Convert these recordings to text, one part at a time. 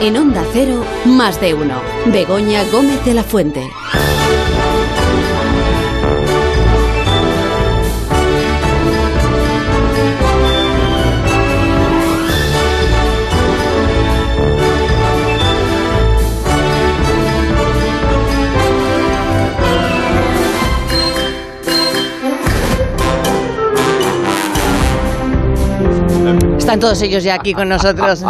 En Onda Cero, más de uno. Begoña Gómez de la Fuente. Están todos ellos ya aquí con nosotros.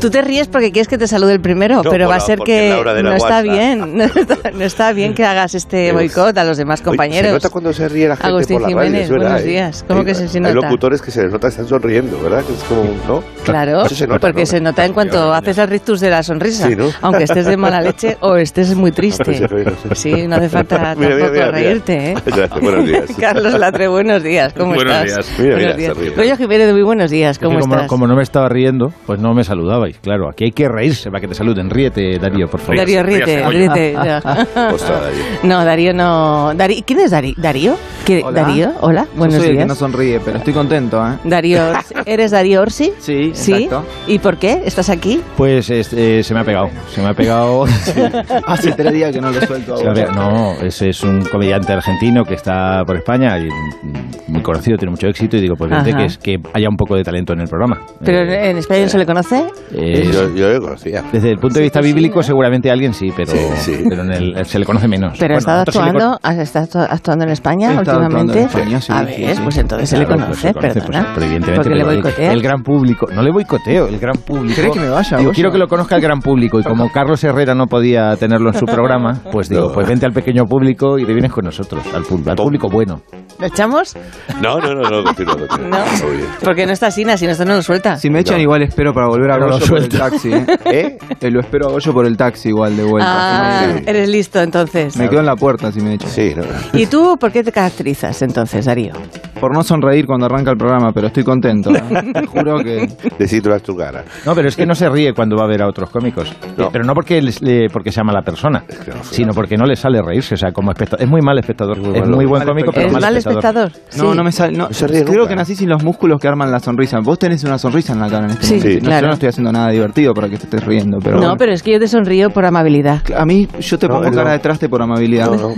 Tú te ríes porque quieres que te salude el primero, No, pero por va a la- ser porque que es la hora de la no guasa. está bien, no está, no está bien que hagas este Uf. boicot a los demás compañeros. Oye, se nota cuando se ríe la gente Agustín por la radio, Jiménez, es verdad, buenos ¿eh? días. ¿Cómo Hay- que se, se Hay nota? locutores que se les nota que están sonriendo, ¿verdad? Que es como, un- ¿no? Claro, Eso se nota, porque ¿no? se nota en cuanto haces el rictus de la sonrisa, Sí, ¿no? aunque estés de mala leche o estés muy triste. Eso es. Sí, no hace falta Mira, mira, tampoco mira, mira. reírte, ¿eh? Ya, buenos días. Carlos Latre, buenos días, ¿cómo Buenos estás? días. Mira, mira, se ríe. Goyo Jiménez, muy buenos días, ¿cómo Es que como, estás? como no me estaba riendo, pues no me saludabais. Claro, aquí hay que reírse para que te saluden. Ríete, Darío, por favor. Darío, ríete, Ríase, ríete. ya. Ostras, ahí. No, Darío no. Dari- ¿Quién es Dari- Darío? ¿Qué- Hola. Darío, hola, Yo Ah, buenos soy el que días. no sonríe, pero estoy contento, ¿eh? Darío, Orsi- ¿eres Darío Orsi? Sí, exacto. ¿Y por qué? ¿Estás aquí? Pues este, se me ha pegado. Se me ha pegado. Hace tres días que no lo suelto a se me ha vos. pegado. No, ese es un comediante argentino que está por España y mm, muy conocido, tiene mucho éxito. Y digo, pues vente Ajá. que, es, que haya un poco de talento en el programa. ¿Pero en- Eh, en España no se le conoce? pues eh, yo, yo lo conocía. desde el punto de vista bíblico, seguramente alguien sí, pero, Sí, sí. pero en el- se le conoce menos. ¿Pero Bueno, ha estado nosotros sí le actuando, has estado actuando en España He estado últimamente? actuando en España, sí, a sí, ver, sí. pues entonces se le Claro, conoce, pues se conoce, perdona. pues, pero evidentemente, porque le pero el- boicotea. El gran público. No le boicoteo, el gran público. ¿Crees que me vaya, Digo, Goyo? quiero que lo conozca el gran público. Y como Carlos Herrera no podía tenerlo en su programa, pues digo, No. pues vente al pequeño público y te vienes con nosotros, al, pub- al público bueno. ¿Lo echamos? No, no, no, no, continúa, continúa. No. Muy bien. Porque no está Sina, si no, esto no lo suelta. Si me echan, No. igual espero para volver a Pero lo Goyo por el suelto. taxi, ¿eh? ¿Eh? Te lo espero a Goyo por el taxi igual de vuelta. ah, eres listo entonces. pues, Me quedo en la puerta si me echan. Sí, no. ¿Y tú por qué te caracterizas entonces, Darío? Por no sonreír cuando arranca el programa, pero estoy contento. ¿eh? Te Juro que... Decítulas tu cara. No, pero es que no se ríe cuando va a ver a otros cómicos. No. Eh, pero no porque, les- le- porque sea mala persona, que no, sino porque no le sale reírse. O sea, como espectador. Es muy mal espectador. Es muy, mal- buen mal cómico, pero ¿Eres mal, espectador. mal espectador? No, Sí. no me sale... No, No se ríe creo nunca. que nací sin los músculos que arman la sonrisa. Vos tenés una sonrisa en la cara en este Sí, momento. No, claro. Yo no estoy haciendo nada divertido para que te estés riendo, pero... No, bueno. pero es que yo te sonrío por amabilidad. A mí, yo te No, pongo no. cara de traste por amabilidad. No, no.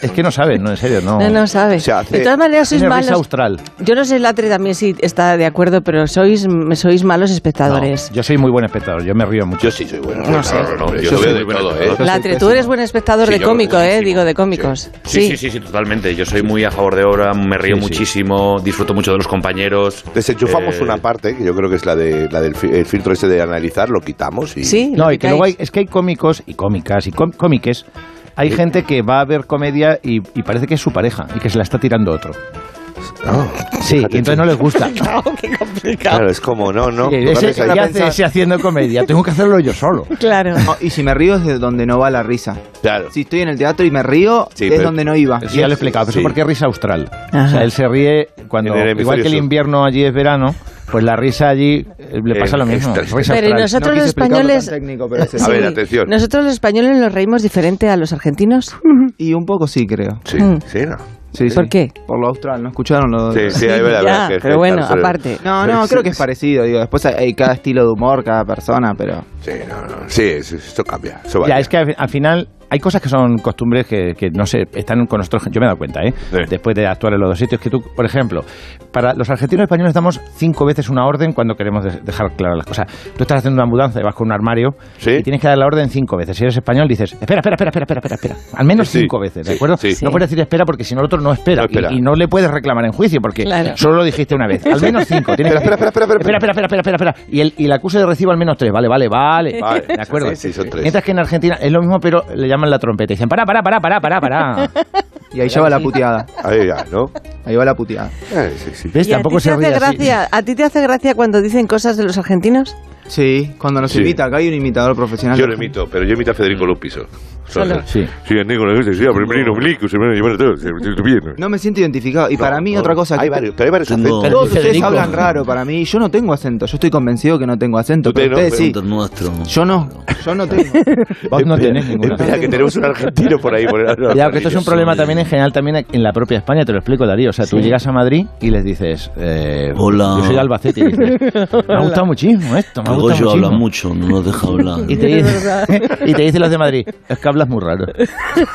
Es que no sabe, no, en serio, no. No, no, sabes. Se hace- de todas maneras, sois Tiene risa malos. austral. Yo no sé, Latre también si está de acuerdo, pero sois, sois malos espectadores. No, yo soy muy buen espectador, yo me río mucho. Yo sí soy bueno. No, sé. no, no, yo Yo lo veo soy de bueno. todo, ¿eh? yo soy Latre, tú pésimo. eres buen espectador Sí, de yo- cómicos, ¿eh? buenísimo. Digo, de cómicos. Sí, sí, sí, sí, totalmente. Yo soy muy a favor de obra, me río Sí, sí. muchísimo, disfruto mucho de los compañeros. Desenchufamos Eh, una parte, que yo creo que es la, de, la del fi- el filtro ese de analizar, lo quitamos y... Sí, No, lo y que picáis. luego hay, es que hay cómicos y cómicas y com- cómiques. Hay gente que va a ver comedia y, y parece que es su pareja y que se la está tirando otro. Ah, Sí, fíjate y entonces tú. no les gusta. Claro, qué complicado. Claro, es como, no, no. Sí, tocarles ese, ahí. ¿Qué hace ese haciendo comedia? Tengo que hacerlo yo solo. Claro. No, y si me río es de donde no va la risa. Claro. Si estoy en el teatro y me río, Sí, es pero- donde no iba. Eso ya lo he explicado, pero sí. eso porque es risa austral. O Ajá. sea, él se ríe cuando, En el hemisferio igual que el sur. invierno allí es verano, pues la risa allí eh, le pasa Eh, lo mismo. es- risa Pero y austral. nosotros No los quise explicarlo tan españoles. técnico, pero es eso. A ver, atención. Nosotros los españoles nos reímos diferente a los argentinos. Y un poco sí, creo. Sí, Mm. sí, no. Sí, ¿Por sí. qué? Por lo austral, ¿no escucharon lo Sí, sí, ahí ve la Ya, verdad que es pero que bueno, Carlos- aparte. No, no, creo que es parecido. Digo, después hay, hay cada estilo de humor, cada persona, pero. Sí, no, no. Sí, es- esto cambia. Eso Ya, varía. es que al, al final hay cosas que son costumbres que, que, no sé, están con nosotros. Yo me he dado cuenta, ¿eh? Sí. Después de actuar en los dos sitios, que tú, por ejemplo, para los argentinos y españoles damos cinco veces una orden cuando queremos de- dejar claras las cosas. Tú estás haciendo una mudanza y vas con un armario Sí. y tienes que dar la orden cinco veces. Si eres español, dices, espera, espera, espera, espera, espera, espera. espera. Al menos Sí, cinco veces, ¿de sí, acuerdo? sí. No puedes decir espera porque si no el otro no espera, No espera. Y, y no le puedes reclamar en juicio porque Claro. solo lo dijiste una vez. Al menos cinco. Tienes Espera, que- espera, espera, espera, espera, espera, espera, espera, espera. Y el, y el acuse de recibo al menos tres. Vale, vale, vale. Vale. ¿De acuerdo? Sí, sí, son tres. Mientras que en Argentina es lo mismo, pero le llaman la trompeta. Y dicen, para, para, para, para, para, para. Y ahí ya va la puteada. Ahí ya, ¿no? Ahí va la puteada. Eh, sí, sí. ¿Ves? ¿Y a Tampoco ti te se hace ríe así. gracia, ¿A ti te hace gracia cuando dicen cosas de los argentinos? Sí, cuando nos Sí. invita, acá hay un imitador profesional. Yo lo imito, pero yo imito a Federico Lupiso. Solo. Sí. Sí, el negro, la cosa, sí, pero primero oblicuo, se me van a llevar a todos, se me- se me piden. No me siento identificado. Y para mí, otra cosa. Hay que varios, pero hay varios Tengo- acentos. Todos ustedes Federico. hablan raro para mí. Yo no tengo acento. Yo estoy convencido que no tengo acento. Usted Pero no, ustedes sí. Punto nuestro. Yo no. Yo no tengo. Vos no tenés ninguna. Espera, que tenemos un argentino por ahí. Por el- Ya, que esto es un Yo problema soy- también en general, también en la propia España, te lo explico, Darío. O sea, tú llegas a Madrid y les dices, eh, Hola. yo soy de Albacete, y dices, me ha gustado muchísimo esto, me ha gustado Cogollo muchísimo. habla mucho, no nos deja hablar. Y te, dice- y te dicen los de Madrid, es que hablas muy raro.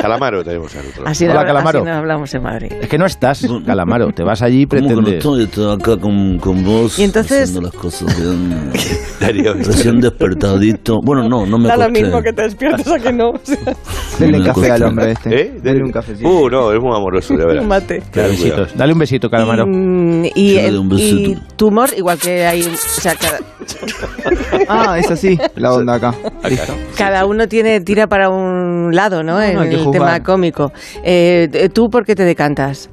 Calamaro tenemos al otro. Así, Hola, de- Calamaro. así nos hablamos en Madrid. Es que no estás, Calamaro, te vas allí y ¿Cómo que no pretendes... estoy? Estoy acá con, con vos. Y entonces- Haciendo las cosas bien. Darío, Recién despertadito. Bueno, no, no me Da lo acosté. mismo que te despiertes a que no. No Denle me café al acosté. hombre este. ¿Eh? Denle un cafecito. Uh, no, es muy amoroso, de verdad. Un mate. Claro, cuidado. Besitos. Dale un besito, Calamaro. Mm, Y, Yo le doy un el, besito. y tumor, igual que hay. O sea, cada, Ah, es así la onda acá. Listo. cada uno tiene tira para un lado, ¿no? en hay que el juzgar. tema cómico. Eh, t- ¿Tú por qué te decantas?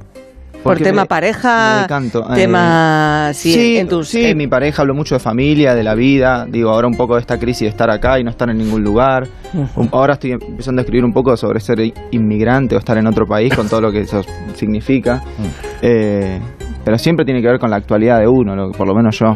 ¿Por Porque tema me- pareja? me decanto, eh, ¿Tema. Sí, en tus. sí, en- mi pareja habló mucho de familia, de la vida. Digo, ahora un poco de esta crisis de estar acá y no estar en ningún lugar. Ujú. Ahora estoy empezando a escribir un poco sobre ser i- inmigrante o estar en otro país con todo lo que eso significa. Eh, pero siempre tiene que ver con la actualidad de uno, lo- por lo menos yo.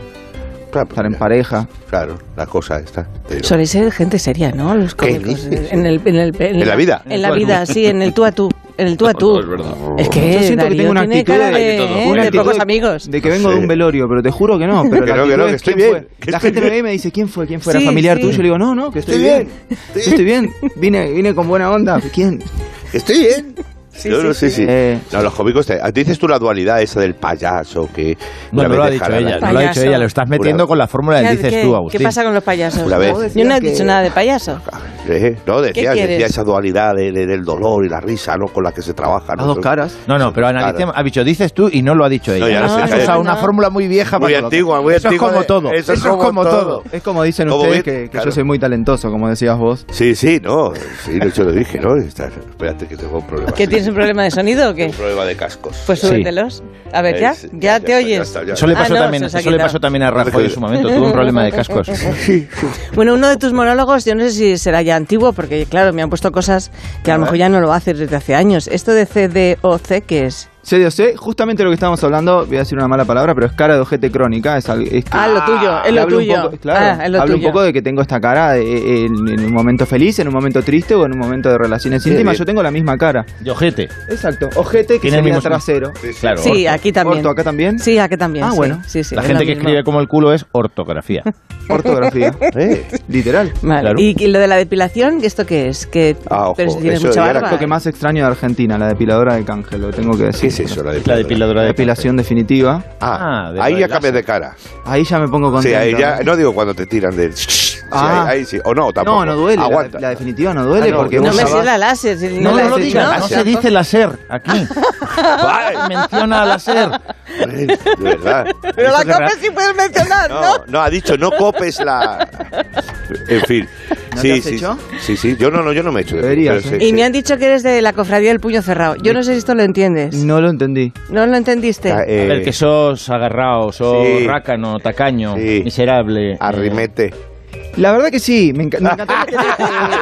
Claro, Estar en ya. pareja. Claro, la cosa está. te digo. Suele ser gente seria, ¿no? Los ¿Qué cómicos. dices? En, el, en, el- ¿En la vida? En la vida, sí, en el tú a tú. En el tú a tú. Es verdad. Es que Yo siento que Darío tengo una tiene actitud cara de- de, de todo. ¿eh? Una de actitud pocos de- amigos. De que vengo Sí. de un velorio, pero te juro que no. Pero Que la no, que no, que actitud es, estoy ¿quién bien, fue? que La estoy gente me ve y me dice, ¿quién fue? ¿Quién fue? ¿Era Sí, familiar sí. tuyo? Le digo, no, no, que estoy, Estoy bien. Estoy bien. Vine, vine con buena onda. ¿Quién? Estoy bien. no, no, sí, sí. Eh, No, los cómicos te... Dices tú la dualidad esa del payaso que... No, una no vez lo ha dicho dejará ella, la- no lo ha dicho Payaso. ella, lo estás metiendo Jurado. con la fórmula del ¿Qué, dices tú, Agustín. ¿Qué pasa con los payasos? Una vez. Yo no he Que- dicho nada de payaso. ¿Eh? No, decía, quieres? decía esa dualidad de- de- del dolor y la risa, ¿no? Con la que se trabaja. las ¿no? dos caras. No, no, pero analicemos. Ha dicho, dices tú y no lo ha dicho ella. ya lo sé, Eso ya es lo sé. una fórmula muy vieja. Muy para colocar. antigua, muy Eso antigua es como de- todo. Eso, es como todo. Es como dicen Como ustedes ven, Eh, que, que claro. yo soy muy talentoso, como decías vos. Sí, sí, no. Sí, no, yo lo dije, ¿no? Está- Espérate que tengo un problema. ¿Que tienes un problema de sonido o qué? Un problema de cascos. Eh, Pues Sí. súbetelos. A ver, ¿ya? Sí, ¿Ya te está, oyes? ya está, ya Eso le Ah, pasó, no, también, se os ha eso le quitado. pasó también a Rajoy en su momento. Tuvo un problema de cascos. Bueno, uno de tus monólogos, yo no sé si será ya antiguo, porque claro, me han puesto cosas que a lo mejor ya no lo haces desde hace años. Esto de CDOC, ¿qué es? CDOC, justamente lo que estábamos hablando, voy a decir una mala palabra, pero es cara de ojete crónica. Es, al- es que- Ah, lo tuyo, es que lo hablo un tuyo. poco- claro, Ah, es lo hablo tuyo. un poco de que tengo esta cara de- eh, en, en un momento feliz, en un momento triste o en un momento de relaciones íntimas. bien. Yo tengo la misma cara. Y ojete. Exacto. Ojete que Tiene el sería mismo- trasero. Claro. Sí, orto. aquí también. Orto, acá también. Sí, aquí también. Ah, sí. bueno. Sí, sí, La es gente lo que mismo. escribe como el culo es ortografía. Ortografía. Eh, Literal. Vale. Claro. ¿Y y lo de la depilación, esto qué es? Que Ah, ojo, pero si tienes eso mucha ya era barba. Lo que más extraño de Argentina, la depiladora de Cángel, lo tengo que ¿Qué decir. es eso, la La depiladora? depiladora de Depilación definitiva. Ah, Ah, de ahí lo ya del láser. cambias de cara. Ahí ya me pongo contento. Sí, ahí ya, ¿eh? no digo cuando te tiran del... Sí, Ah. ahí, ahí sí. O no, tampoco. No, no duele. la- Aguanta. La, definitiva no duele Ah, no, porque no No vos me Usaba- sé la láser. si No, no la lo sé, digas, Ah, no se dice la SER aquí. Ay, Menciona la SER. eh, de verdad. Pero la Eso es copa sí puedes mencionar, ¿no? No, no, ha dicho, no copes la... En fin. ¿No sí, te has sí, hecho? sí, sí. Yo no, no, yo no me he hecho. Deberías, pero ¿eh? sí, Y me sí. han dicho que eres de la cofradía del puño cerrado. Yo no sé si esto lo entiendes. No lo entendí. ¿No lo entendiste? Ah, eh, A ver, que sos agarrado, sos Sí. rácano, tacaño, Sí. miserable. eh, Arrimete. La verdad que sí, me, enca- me encantaría tener-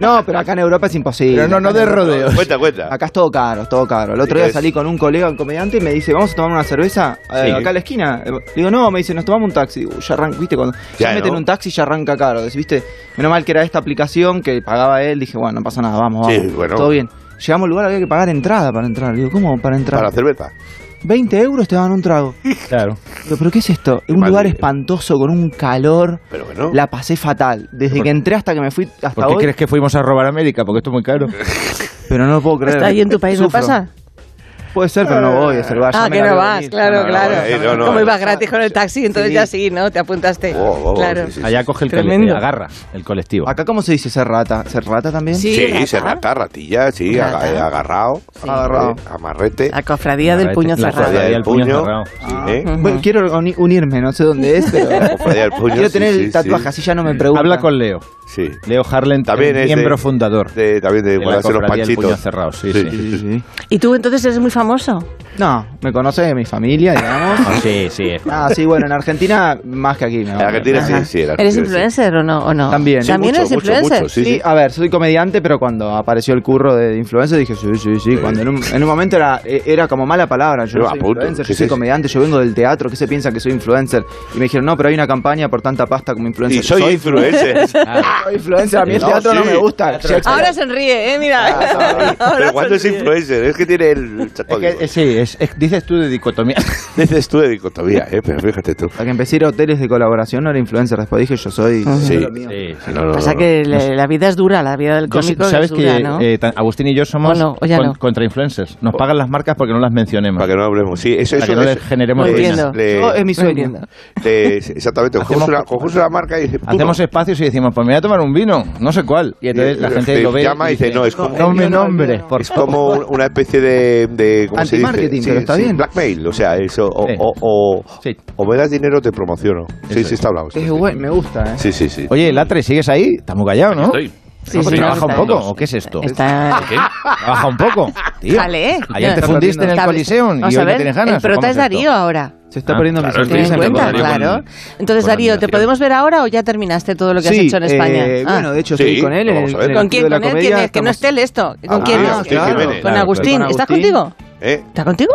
No, pero acá en Europa es imposible. Pero no, no Acá en de Europa- rodeos. Cuenta, cuenta. Acá es todo caro, es todo caro. El otro día Entonces- salí con un colega, un comediante, y me dice, vamos a tomar una cerveza eh, Sí. acá a la esquina. Eh, Digo, no, me dice, nos tomamos un taxi. Uy, ya arranca, viste, cuando ya, Ya, meten ¿no? un taxi ya arranca caro. Decís, viste, menos mal que era esta aplicación que pagaba él. Dije, bueno, no pasa nada, vamos, Sí, vamos. bueno. Todo bien. Llegamos al lugar, había que pagar entrada para entrar. Digo, ¿cómo para entrar? Para cerveza. 20 euros te daban un trago. Claro. Digo, ¿Pero qué es esto? Un Madre. lugar espantoso con un calor. Pero bueno. La pasé fatal. Desde que entré hasta que me fui hasta ¿Por qué hoy. crees que fuimos a robar América? Porque esto es muy caro. Pero no lo puedo creer. ¿Está ahí en tu país no Sufro. pasa? Puede ser, pero no voy a ese lugar. ya Ah, me que la no veo vas, venir. claro, No, no, claro. no, eh, no, no, Como no. ibas gratis con el taxi, entonces Sí. ya sí, ¿no? Te apuntaste. Oh, oh, claro. sí, sí, sí. Allá coge el Tremendo. colectivo, agarra el colectivo. Acá, ¿cómo se dice serrata? ¿Serrata también? Sí. Sí, rata. se rata, ratilla, sí, Rata. aga- eh, agarrado, Agarrado. eh, amarrete, La cofradía del Agarrate. puño La cerrado. Ah. cofradía. cofradía del el puño puño, cerrado. sí, eh, Bueno, quiero uni- unirme, no sé dónde es, pero. cofradía del puño, quiero sí, tener sí, el tatuaje, sí. así ya no me preguntan. Habla con Leo. sí. Leo Harlan, También el es de- miembro fundador. De- también de de la guardarse los cofradía del puño panchitos. cerrado, sí, Sí, sí. Sí, sí, sí. ¿Y tú entonces eres muy famoso? No, me conoce de mi familia, digamos. sí, sí. Ah, sí, bueno, en Argentina más que aquí. ¿no? En Argentina sí, Ajá. sí. en ¿Eres Argentina sí. influencer o no? O no? También. Sí, ¿También mucho, eres mucho, influencer? mucho, sí. Sí, a ver, soy comediante, pero cuando apareció el curro de influencer dije, sí, sí, sí. Cuando en un, en un momento era, eh, era como mala palabra. Yo Pero no a soy punto, influencer, sí, yo soy sí. comediante, yo vengo del teatro, ¿qué se piensa que soy influencer? Y me dijeron, no, pero hay una campaña por tanta pasta como influencer. Ah. Y soy, influencer. Ah, soy influencer, a mí el No, teatro no sí. me gusta. Ahora sonríe, ¿eh? Ah, Mira. Pero cuando es influencer, es que tiene el Es que, código. eh, sí, es- es- dices tú de dicotomía. Dices tú de dicotomía, ¿eh? Pero fíjate tú. Para que empecé a ir a hoteles de colaboración no era influencer, después dije, yo soy... Sí. Sí, sí. No, no, Pasa no. que la, la vida es dura, la vida del Yo sé- cómico sabes es que dura, ¿no? eh, tan- Agustín y yo somos O no, o ya no. contra influencers. Nos pagan las marcas porque no las mencionemos. Para que no hablemos. Sí, eso, Para eso, que no eso- les generemos No le- entiendo. le- Yo- es mi No sueño. entiendo. le- exactamente. Cogemos Hacemos- una, cogemos una marca y dices, "Puto". Hacemos espacios y decimos, pues me voy a tomar un vino, no sé cuál. Y entonces la Y gente te lo ve. llama y dice, no, es como- No me No, no, nombres, no. por Es como un- una especie de, de ¿cómo se dice? Antimarketing, pero está bien. Blackmail, o sea, eso, o, Sí. o, o, Sí. o me das dinero o te promociono. Sí, Eso sí, es. está hablado. Es bueno, me gusta, ¿eh? Sí, sí, sí. Oye, Latre, ¿sigues ahí? Estamos callados, ¿no? Estoy. Sí, No, pues sí, trabaja está un poco, bien. ¿o qué es esto? Está... ¿Qué? Trabaja un poco, tío. Jale. eh. Ayer te Está fundiste en el perdiendo. Coliseum y Vamos a hoy no ver, tienes ganas. El prota ¿o es cómo esto? Darío ahora. Se está Ah, perdiendo mi claro, sueño. estoy Ten en diciendo cuenta, Darío con- claro. Entonces, con Darío, ¿te admiración. podemos ver ahora o ya terminaste todo lo que has Sí, hecho en España? eh, Ah. Bueno, de hecho, Sí, estoy con él. lo en vamos el- a ver. en el ¿Con Club quién? de la ¿Con él? Comedia ¿Quién es? Que no estamos- esté el esto. ¿Con Ah, quién? claro, es? Agustín Jiménez. Con Claro, Agustín. claro. ¿Estás Con Agustín. contigo? ¿Eh? ¿Está contigo?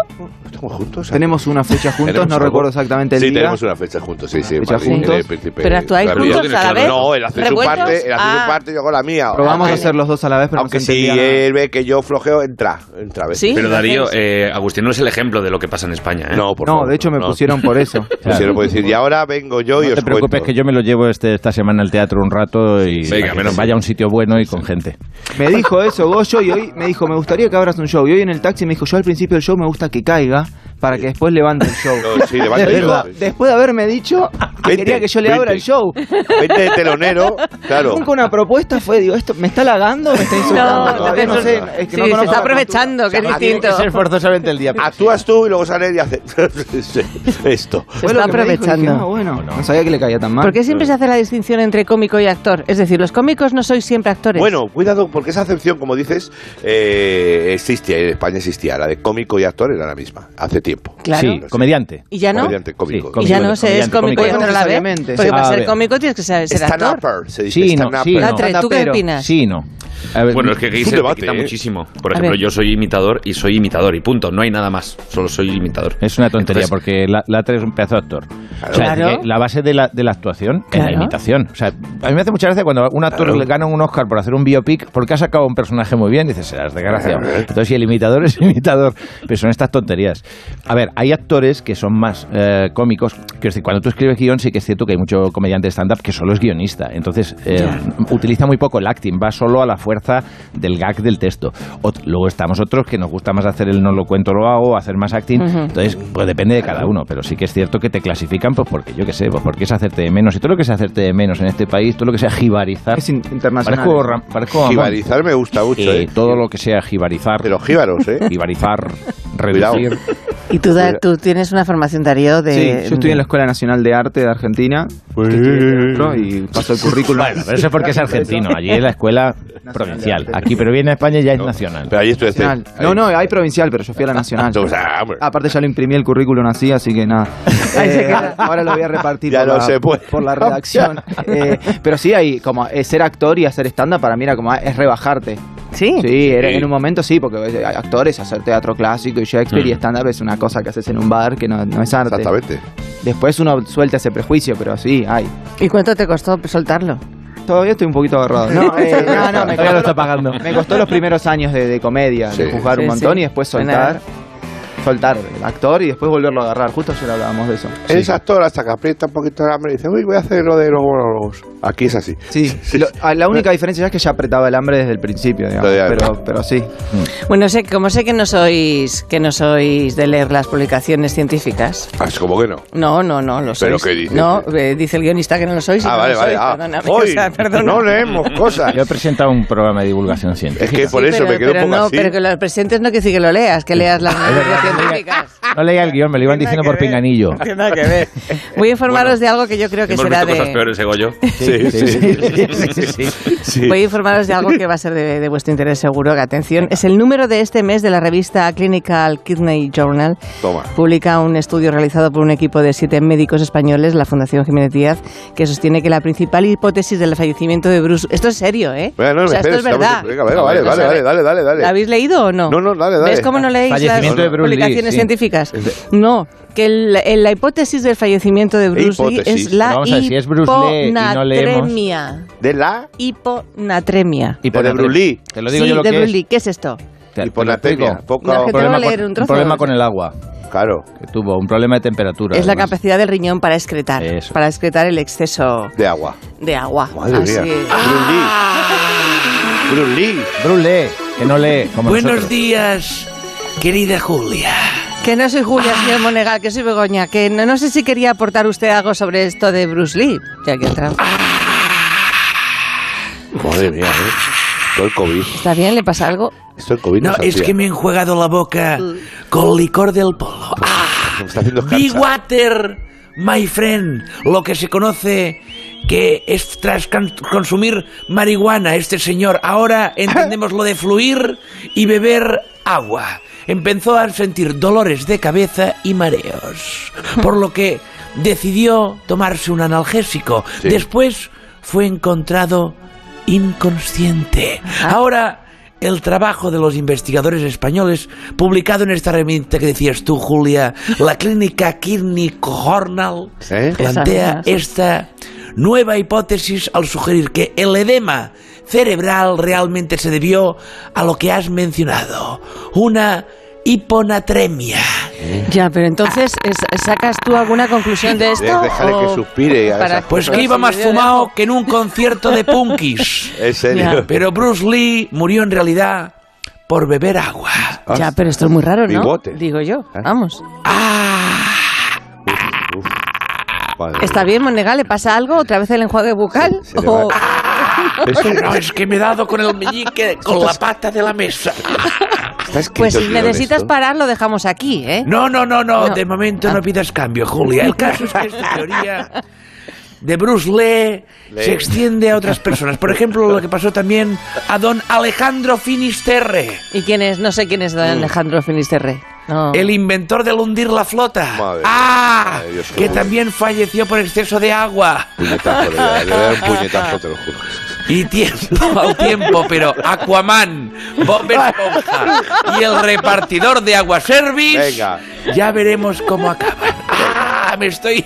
¿Estamos juntos? Tenemos una fecha juntos, Tenemos no algo. recuerdo exactamente el Sí, día. tenemos una fecha juntos, sí, sí. en fecha Madrid, juntos. en el Príncipe Pero actuáis Gabriel. juntos a la vez. No, él hace su ¿Revueltos? parte, él hace Ah. su parte y yo con la mía. Probamos Aunque- a hacer los dos a la vez, pero Aunque no se si entendía nada. él ve que yo flojeo, entra. entra a veces. Sí. pues, Pero Darío, gracias. eh, Agustín no es el ejemplo de lo que pasa en España, ¿eh? No, por No, favor, de hecho me no. pusieron por eso. Claro. Pusieron por decir, y ahora vengo yo y No os te preocupes cuento. que yo me lo llevo este, esta semana al teatro un rato y Venga, para que menos mal. vaya a un sitio bueno y con gente. Me dijo eso Goyo y hoy me dijo, me gustaría que abras un show. Y hoy en el taxi me dijo, yo al principio del show me gusta que caiga para que después levante el show. No, sí, levanta el Me dijo, show. Después de haberme dicho que Vente, quería que yo le abra vente. el show. Vente de telonero, claro. Nunca una propuesta fue, digo, esto me está halagando, me está insultando. No, Todavía no no te- sé, es que Sí, no se conozco está la aprovechando, que es distinto. ser forzosamente el día. Actúas tú y luego sale y hace esto. Fue Se lo está que me dijo, aprovechando. dije, "Ah, bueno, no sabía que le caía tan mal. ¿Por qué siempre se hace la distinción entre cómico y actor? Es decir, los cómicos no sois siempre actores. Bueno, cuidado, porque esa acepción, como dices, eh, existía, en España existía. La de cómico y actor era la misma, hace tiempo. Claro. Sí, comediante. ¿Y ya no? Comediante, cómico. Sí, Y ya no se es comediante, cómico y cómico. actor a la vez. Necesariamente. Porque para A ser ver. cómico tienes que saber ser actor. Stand-upper, se dice. Sí, no, stand-upper. sí, no. Latre, ¿tú qué Stand-upero. opinas? Sí, no. A ver, Bueno, es que Es aquí un se debate, quita ¿eh? muchísimo. Por A ejemplo, ver. yo soy imitador y soy imitador y punto. No hay nada más. Solo soy imitador. Es una tontería Entonces, porque la- Latre es un pedazo de actor. O sea, Claro. que la base de la, de la actuación es la Claro. imitación. O sea, a mí me hace mucha gracia cuando un actor le gana un Oscar por hacer un biopic porque ha sacado un personaje muy bien y dices, serás desgraciado. Entonces, si el imitador es imitador, pero son estas tonterías. A ver, hay actores que son más eh, cómicos. Quiero decir, cuando tú escribes guión, sí que es cierto que hay mucho comediante de stand-up que solo es guionista. Entonces, eh, utiliza muy poco el acting, va solo a la fuerza del gag del texto. Ot- luego estamos otros que nos gusta más hacer el no lo cuento, lo hago, hacer más acting. Entonces, pues depende de cada uno, pero sí que es cierto que te clasifican, pues porque yo qué sé, pues porque es hacerte de menos. Y todo lo que es hacerte de menos en este país, todo lo que sea jibarizar. Es in- internacional. Parezco, Ram- parezco Ramón. Jibarizar me gusta ¿eh? mucho, Eh, ¿eh? todo lo que sea jibarizar, De los jíbaros, ¿eh? jibarizar, Cuidado. reducir. Y tú, da- tú tienes una formación, Darío, de... Sí, yo estoy en la Escuela Nacional de Arte de Argentina que estudié teatro, y paso el currículum. Bueno, pero eso es porque es argentino. Allí es la escuela provincial. Aquí, pero viene a España y ya es nacional. Pero ahí estoy. Nacional. No, no, hay provincial, pero yo fui a la nacional. O sea, hombre. Aparte ya lo imprimí el currículum así, así que nada. Eh, ahora lo voy a repartir Ya por, no la, se puede. por la redacción. Eh, pero sí, hay como eh, ser actor y hacer stand-up para mí era como ah, es rebajarte. Sí. Sí, era- en un momento sí, porque eh, hay actores, hacer teatro clásico y Shakespeare y stand-up es una cosa que haces en un bar que no, no es arte. Mm. Exactamente. Después uno suelta ese prejuicio, pero sí, hay. ¿Y cuánto te costó soltarlo? Todavía estoy un poquito agarrado. No, eh, no, no, me Todavía lo costó, está pagando. me costó los primeros años de, de comedia, Sí. de juzgar Sí, un montón sí. y después De nada. soltar, soltar el actor y después volverlo a agarrar. Justo ayer hablábamos de eso. Es actor hasta que aprieta un poquito el hambre y dice, uy, voy a hacer lo de los monólogos. Aquí es así. Sí, lo- a- la única diferencia ya es que ya apretaba el hambre desde el principio, digamos, Ya, ya, ya. pero, pero sí. Bueno, sé, como sé que no sois que no sois de leer las publicaciones científicas. Ah, Es como que no. No, no, no, lo ¿Pero sois. qué dices? No, eh, dice el guionista que no lo sois. y Ah, no vale, lo vale. sois, ah. perdóname, Hoy o sea, perdona. no leemos cosas. Yo he presentado un programa de divulgación científica. Es que por Sí, eso pero, me quedo pero un poco no, así. pero que lo presentes no quiere decir que lo leas, que leas las noticias científicas. No leía el guión, me lo iban diciendo por pinganillo. No tiene nada que ver. Voy a informaros de algo que yo creo que Hemos será visto cosas de. peores, ese Goyo. Sí, sí, sí. Voy a informaros de algo que va a ser de, de vuestro interés seguro, que atención, es el número de este mes de la revista Clinical Kidney Journal. Toma. Publica un estudio realizado por un equipo de siete médicos españoles, la Fundación Jiménez Díaz, que sostiene que la principal hipótesis del fallecimiento de Bruce... Esto es serio, ¿eh? Bueno, o sea, esto espera, es verdad. estamos- venga, venga, vale, O sea, vale, vale, dale, dale, dale. ¿La habéis leído o no? No, no, dale, dale. ¿Ves cómo no leéis las Fallecimiento de Bruce Lee, publicaciones sí. científicas? No, que el- el- la hipótesis del fallecimiento de Bruce Lee Hipótesis. es la Vamos a ver, si es Bruce Lee y no leemos. hiponatremia. De la Hiponatremia. Y Por el Bruce Lee. Te lo digo sí, yo lo de que Bruce es. Lee. ¿Qué es esto? Te- Hiponatremia, te lo explico. poco- No, Un que te problema voy a leer con- un un trozo. problema con el agua Claro. que tuvo, un problema de temperatura. Es la además. capacidad del riñón para excretar, Eso. para excretar el exceso De agua. de agua. Madre Así mía. es. Bruce Lee. Bruce Lee. Ah. Bruce Lee, que no lee. Como Buenos nosotros. días, querida Julia. Que no soy Julia, señor Monegal, que soy Begoña, que no, no sé si quería aportar usted algo sobre esto de Bruce Lee, ya que entra- Madre mía, ¿eh? Esto el COVID. ¿Está bien? ¿Le pasa algo? Mm. Esto el COVID No, nos es hacía- que me he enjuagado la boca con licor del polo. me está haciendo Be cansa. water, my friend. Lo que se conoce que es tras can- consumir marihuana este señor. Ahora entendemos lo de fluir y beber agua. Empezó a sentir dolores de cabeza y mareos. Por lo que decidió tomarse un analgésico. Sí. Después fue encontrado inconsciente. Ahora... El trabajo de los investigadores españoles, publicado en esta revista que decías tú, Julia, la clínica Kidney Journal, ¿Eh? plantea Esa, esa. esta nueva hipótesis al sugerir que el edema cerebral realmente se debió a lo que has mencionado, una hiponatremia. ¿Eh? Ya, pero entonces, es- ¿sacas tú alguna conclusión de esto? Ah. Déjale que o- suspire y haga para- esas Pues Pero que iba si más yo dejo- fumado que en un concierto de punkis. En serio. Pero Bruce Lee murió en realidad por beber agua. Ya, pero esto es muy raro, ¿no? Ah. Bigote. Digo yo, ¿Eh? vamos. Ah. Uf. Madre ¿Está bien, Monegal? ¿Le pasa algo? ¿Otra vez el enjuague bucal? Se- se le O- mía. Esto- No, es que me he dado con el meñique, con la pata de la mesa. está escrito Pues el si guión necesitas esto. parar, lo dejamos aquí, ¿eh? No, no, no, no, No. Ah. de momento no pidas cambio, Julia. El caso es que esta teoría de Bruce Lee, Lee. se extiende a otras personas. Por ejemplo, lo que pasó también a don Alejandro Finisterre, ¿Y quién es? No sé quién es don Ah, Mm. Alejandro Finisterre. No. el inventor del hundir la flota. Madre ¡Ah! mía, eh, Dios, qué que bueno. también falleció por exceso de agua. Puñetazo, le voy a dar- le voy a dar un puñetazo, te lo juro. Y tiempo al tiempo, pero Aquaman, Bob Esponja y el repartidor de agua service. Venga. Ya veremos cómo acaban. ¡Ah! Me estoy.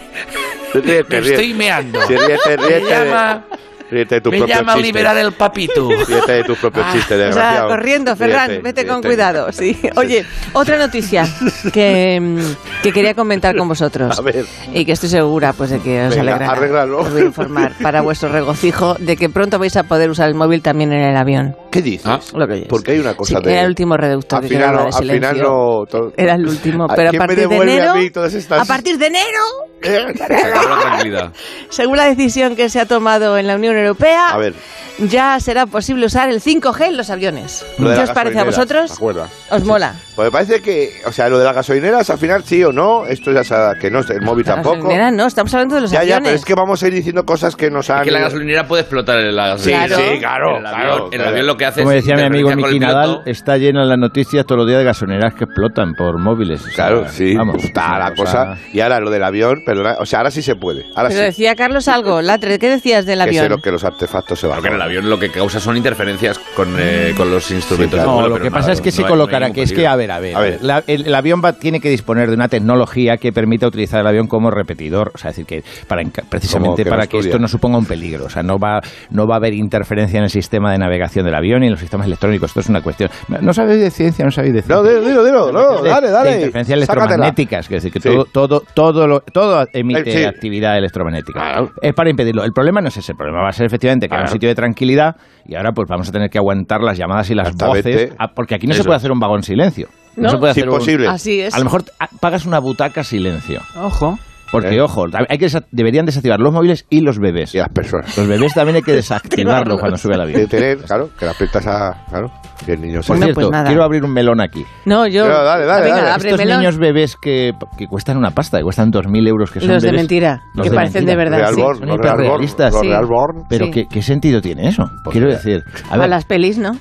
Ríete, Me ríete. estoy meando. Sí, ríete, Me ríete. de- llama- Ríete de tu Me propio llama a chiste. liberar el papito. Ah, Ríete de tu propio chiste, Ah, O sea, desgraciado. corriendo, Ferran, Ríete, vete con ríete. cuidado. Sí. Oye, otra noticia que, mm, que quería comentar con vosotros. A ver. Y que estoy segura pues, de que os Venga, alegrará. arréglalo. Os voy a informar para vuestro regocijo de que pronto vais a poder usar el móvil también en el avión. ¿Qué dices? Ah, Lo que oyes. Porque hay una cosa Sí, de... era el último reducto al que final quedaba no, de Al final silencio. no... to- Era el último, ¿A pero a quién me partir de devuelve a enero. mí todas estas- A partir de enero, Eh, Se acabó la tranquilidad. según la decisión que se ha tomado en la Unión Europea, A ver. ya será posible usar el 5G en los aviones. Lo de la ¿Qué os parece gasolinera, a ¿te vosotros? acuerdas? ¿Os mola? Pues me parece que, o sea, lo de las gasolineras al final sí o no, esto ya sabe que no, el móvil La tampoco. gasolinera no, estamos hablando de los Ya, aviones. ya, pero es que vamos a ir diciendo cosas que nos han... Es que la gasolinera puede explotar en la gasolinera. Claro. sí, claro, El claro, avión, el claro. avión lo que hace Como es decía mi amigo interferencia con Miki el Nadal, piloto. está lleno en las noticias todos los días de gasolineras que explotan por móviles. O sea, Claro, sí, vamos, está la o sea, cosa. Y ahora lo del avión, perdona, o sea, ahora sí se puede. Ahora Pero sí. decía Carlos algo, Latre, ¿qué decías del Que, avión? sé lo que los artefactos se van. Claro que en el avión lo que causa son interferencias con, eh, con los instrumentos. claro. de No, vuelo, lo pero que pasa nada, es que no se hay- no hay colocará, ningún que es que, peligro. a ver, a ver, A ver. la- el, el avión va, tiene que disponer de una tecnología que permita utilizar el avión como repetidor, o sea, es decir, que para, enca- precisamente que no para que estudia. esto no suponga un peligro, o sea, no va, no va a haber interferencia en el sistema de navegación del avión y en los sistemas electrónicos, esto es una cuestión. No sabéis de ciencia, no sabéis de ciencia. No, dilo, dilo, dilo, no, de- dale, de dale. interferencias sácatela. electromagnéticas, que es decir, que Sí. todo, todo, todo, lo- todo emite Eh, sí. actividad electromagnética. Claro. Es para impedirlo. El problema no es ese, el problema va a ser efectivamente que era un Claro. sitio de tranquilidad y ahora pues vamos a tener que aguantar las llamadas y las Hasta voces, vete. ah, porque aquí no se Eso puede es. hacer un vagón silencio. No, ¿No? se puede Es hacer un- imposible. Así es. a lo mejor ah, pagas una butaca silencio. Ojo. Porque, Eh. ojo, hay que desa- deberían desactivar los móviles y los bebés. Y las personas. Los bebés también hay que desactivarlos cuando sube la De avión. tener, claro, que las aprietas a. Claro, que el niño se. Por Bueno, cierto, pues nada. quiero abrir un melón aquí. No, yo. Pero dale, dale, Venga, dale. abre Estos melón. niños bebés que, que cuestan una pasta, que cuestan 2.000 euros, que son Los de bebés- mentira, los que parecen de verdad, Real sí. Born, Son los Real Born, hiperrealistas. los Sí. Real Born. Pues Pero Sí. ¿qué, qué sentido tiene eso? Quiero decir, a A, ver, las pelis, ¿no?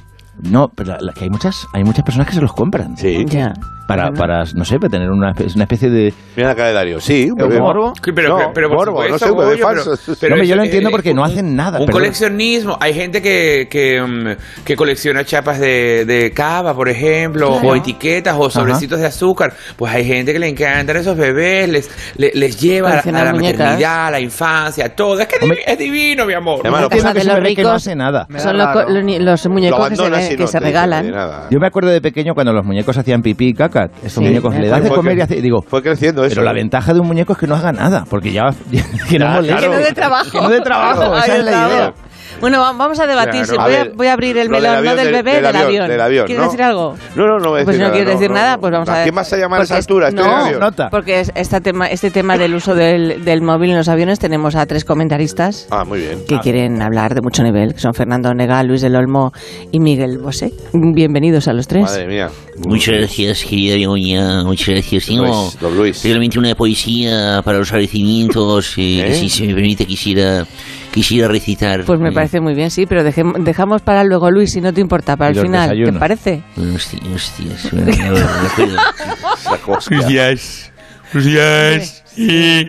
no, pero la- que hay muchas, hay muchas personas que se los compran. Sí. Ya. Para, para, no sé, para tener una, espe- una especie de... Mira la cara de Darío. Sí, un ¿Es bebé. morbo? Sí, Pero, No, pero- pero por morbo, no supuesto, sé, güey, Goyo, falso. pero- No, pero hombre, yo es- lo entiendo eh, porque no un- hacen nada, Un perdón. coleccionismo. Hay gente que, que, mm, que colecciona chapas de, de cava, por ejemplo, o etiquetas o sobrecitos de azúcar. Pues hay gente que le encantan esos bebés, les, le- les, lleva a, la- a la Coleccionar muñecas. maternidad, a la infancia, a todo. Es que es divi- es divino, mi amor. Además, La lo casa que de se los ve que no ricos hace nada. Me da son los, co- raro. los ni- los Lo muñecos que se, abandonas le- y que no se te dice regalan. de nada. Yo me acuerdo de pequeño cuando los muñecos hacían pipí y caca. Estos Sí, muñecos me le acuerdo. das de Fue comer que- y hace... Digo, Fue creciendo eso. pero la ¿eh? ventaja de un muñeco es que no haga nada, porque ya... Que Ah, no moleste. Que no dé trabajo. Que no dé trabajo, esa Ahí es la está. idea. Bueno, va- vamos a debatir. Claro. Voy, A a, ver, voy a abrir el lo del melón, avión, no del del- bebé, del del, avión, avión. del avión, ¿Quieres ¿no? decir algo? No, no, no voy a Pues decir si no nada, quieres decir no, nada, no. pues vamos a ¿A ver. quién vas a llamar a esa Porque es- altura? este Estoy no, nervioso. Nota. porque es- este tema, este tema del uso del, del móvil en los aviones tenemos a tres comentaristas Ah, muy bien. que quieren hablar de mucho nivel, que son Fernando Negal, Luis del Olmo y Miguel Bosé. Bienvenidos a los tres. Madre mía. Muchas gracias, querida Begoña. Muchas gracias. Tengo Luis, don Luis. realmente una poesía para los agradecimientos. eh, que ¿Eh? Si se me permite, quisiera, quisiera recitar. Pues me Eh, parece muy bien, sí, pero dejem- dejamos para luego, Luis, si no te importa, para Y el los final. ¿Te desayunos. parece? Hostia, hostia, se me- no, no puedo. Buenos días. Buenos días. Sí.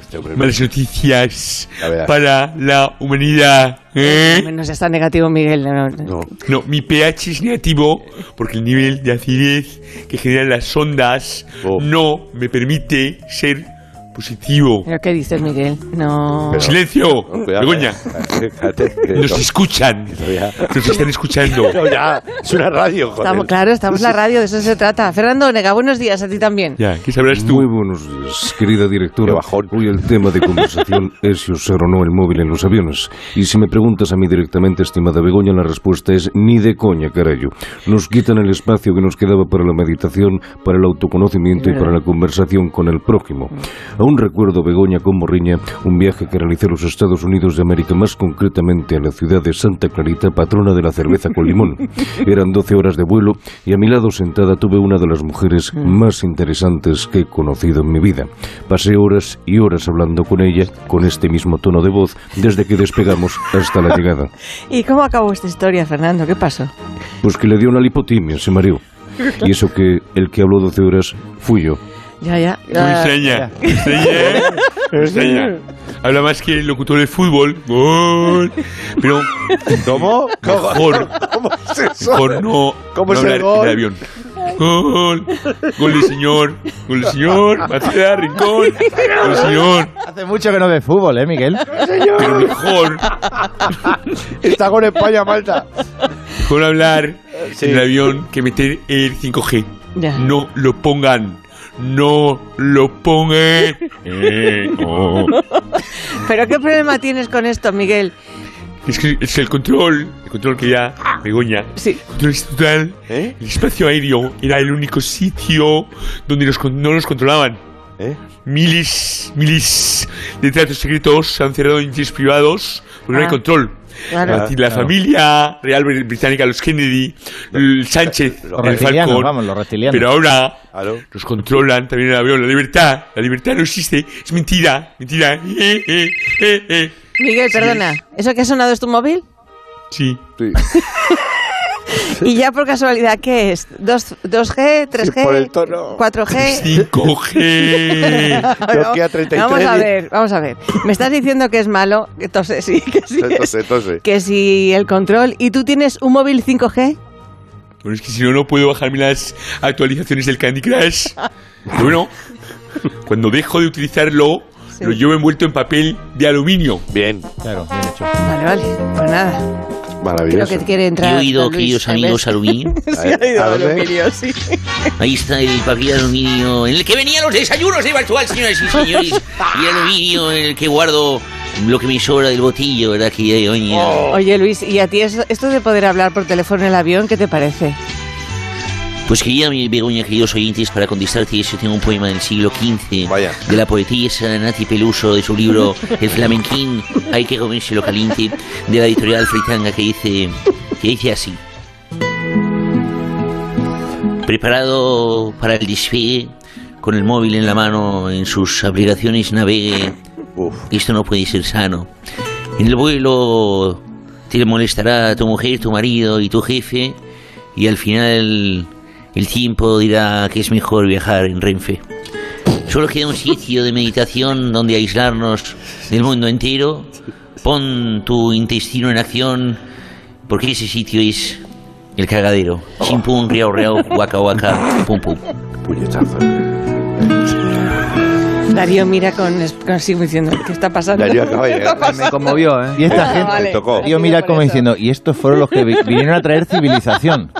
Este hombre- Malas noticias La verdad. para la humanidad. ¿eh? Menos está negativo, Miguel. no, No. no. No, mi pH es negativo porque el nivel de acidez que generan las ondas Oh. no me permite ser positivo. ¿Pero qué dices, Miguel? No. Pero- Silencio, No, cuidado, Begoña. eh. Fíjate que- Nos escuchan. ya. Nos están escuchando. No, ya, es una radio, joder. Estamos, claro, estamos en la radio, de eso se trata. Fernando Nega, buenos días a ti también. Ya, ¿qué sabrás tú? Muy buenos días, querida directora. Qué bajón. Hoy el tema de conversación es si usar o no el móvil en los aviones. Y si me preguntas a mí directamente, estimada Begoña, la respuesta es ni de coña, carayo. Nos quitan el espacio que nos quedaba para la meditación, para el autoconocimiento y para la conversación con el prójimo. Aún recuerdo, Begoña, con Morriña, un viaje que realicé a los Estados Unidos de América, más concretamente a la ciudad de Santa Clarita, patrona de la cerveza con limón. Eran 12 horas de vuelo y a mi lado sentada tuve una de las mujeres más interesantes que he conocido en mi vida. Pasé horas y horas hablando con ella con este mismo tono de voz desde que despegamos hasta la llegada. ¿Y cómo acabó esta historia, Fernando? ¿Qué pasó? Pues que le dio una lipotimia, se mareó. Y eso que el que habló 12 horas fui yo. Ya, ya. Muy Ah, extraña. Extraña, ¿eh? Extraña. Habla más que el locutor de fútbol. Gol. Pero ¿Cómo? ¿Cómo? mejor, ¿Cómo es eso? mejor no, ¿Cómo no es el hablar en gol? el avión. Gol. Gol del señor. Gol del señor. Maceda, rincón. Gol del señor. Hace mucho que no ve fútbol, ¿eh, Miguel? Pero mejor, Está con España, Malta. mejor hablar Sí. en el avión que meter el 5G. Ya. No lo pongan. No lo pongan. Eh, oh. ¿Pero qué problema tienes con esto, Miguel? Es que es el control, el control que ya Begoña. Sí. El control estatal, ¿Eh? el espacio aéreo era el único sitio donde los con- no los controlaban. ¿Eh? Miles, miles de tratos secretos se han cerrado en jets privados porque no Ah, hay control. claro. Es decir, la familia real br- británica, los Kennedy, el Sánchez, Los el reptilianos, Falcon. vamos, los reptilianos. Pero ahora Claro. nos controlan también el avión. La libertad, la libertad no existe, es mentira, mentira. Eh, eh, eh, eh. Miguel, perdona. ¿Eso que ha sonado es tu móvil? Sí. Sí. ¿Y ya por casualidad qué es? ¿Dos, 2G, 3G, por el tono. 4G? 5G. Nokia 33. Vamos a ver, vamos a ver. Me estás diciendo que es malo, entonces sí, que sí. es- Entonces, entonces. Que sí, el control. ¿Y tú tienes un móvil 5G? Bueno, es que si no, no puedo bajarme las actualizaciones del Candy Crush. Pero bueno, cuando dejo de utilizarlo, Sí. lo llevo envuelto en papel de aluminio. Bien, Claro, bien hecho. Vale, vale. Pues nada. Creo maravilloso. que quiere Yo entrar. he oído, Don Luis, queridos al amigos, ver. aluminio. Sí, ha oído ¿A dónde? Aluminio, sí. Ahí está el pabellón de aluminio en el que venían los desayunos de Bartual, señoras y señores. Y aluminio en el que guardo lo que me sobra del botillo, ¿verdad, querida Begoña? Oh. Oye, Luis, ¿y a ti eso- esto de poder hablar por teléfono en el avión, qué te parece? Pues querida mi Begoña, queridos oyentes, para contestarte eso tengo un poema del siglo XV Vaya. de la poetisa Nati Peluso de su libro El flamenquín, hay que comerse lo caliente, de la editorial Fritanga que dice, que dice así. Preparado para el despegue, con el móvil en la mano, en sus aplicaciones navegue. Esto no puede ser sano. En el vuelo te molestará tu mujer, tu marido y tu jefe, y al final el tiempo dirá que es mejor viajar en Renfe. Solo queda un sitio de meditación donde aislarnos del mundo entero. Pon tu intestino en acción, porque ese sitio es el cagadero. Chimpum, riau, riau, guaca, guaca, pum, pum. Puñetazo. Darío mira con, es- con así diciendo, ¿qué está pasando? Darío acaba de ¿Qué está llegar. Me pasando? conmovió, ¿eh? Y esta Ah, gente, vale. Me tocó. tío, mira como diciendo, y estos fueron los que vi- vinieron a traer civilización.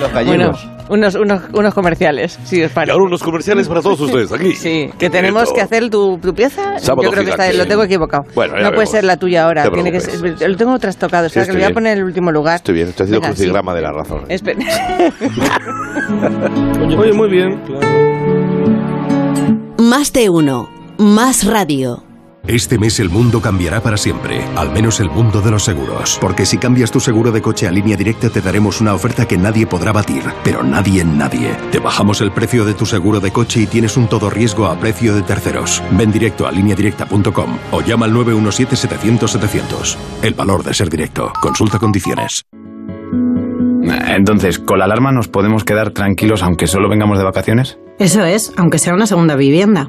Los Bueno, gallegos. unos, unos, unos comerciales, si os Y parece. ahora unos comerciales para todos ustedes aquí. Sí, que tenemos que hacer tu, tu pieza. Sábado Yo creo que está, gigante. lo tengo equivocado. Bueno, ya no puede veremos. ser la tuya ahora. Te tiene que preocupes. ser- lo tengo trastocado. O Sí, sea, que estoy lo voy a bien. poner en el último lugar. Estoy bien, estoy haciendo Venga, sí. crucigrama de la razón. Espera. Oye, muy bien. Más de uno. Más radio. Este mes el mundo cambiará para siempre, al menos el mundo de los seguros. Porque si cambias tu seguro de coche a línea directa te daremos una oferta que nadie podrá batir, pero nadie en nadie. Te bajamos el precio de tu seguro de coche y tienes un todo riesgo a precio de terceros. Ven directo a lineadirecta.com o llama al 917-700-700. El valor de ser directo. Consulta condiciones. Entonces, ¿con la alarma nos podemos quedar tranquilos aunque solo vengamos de vacaciones? Eso es, aunque sea una segunda vivienda.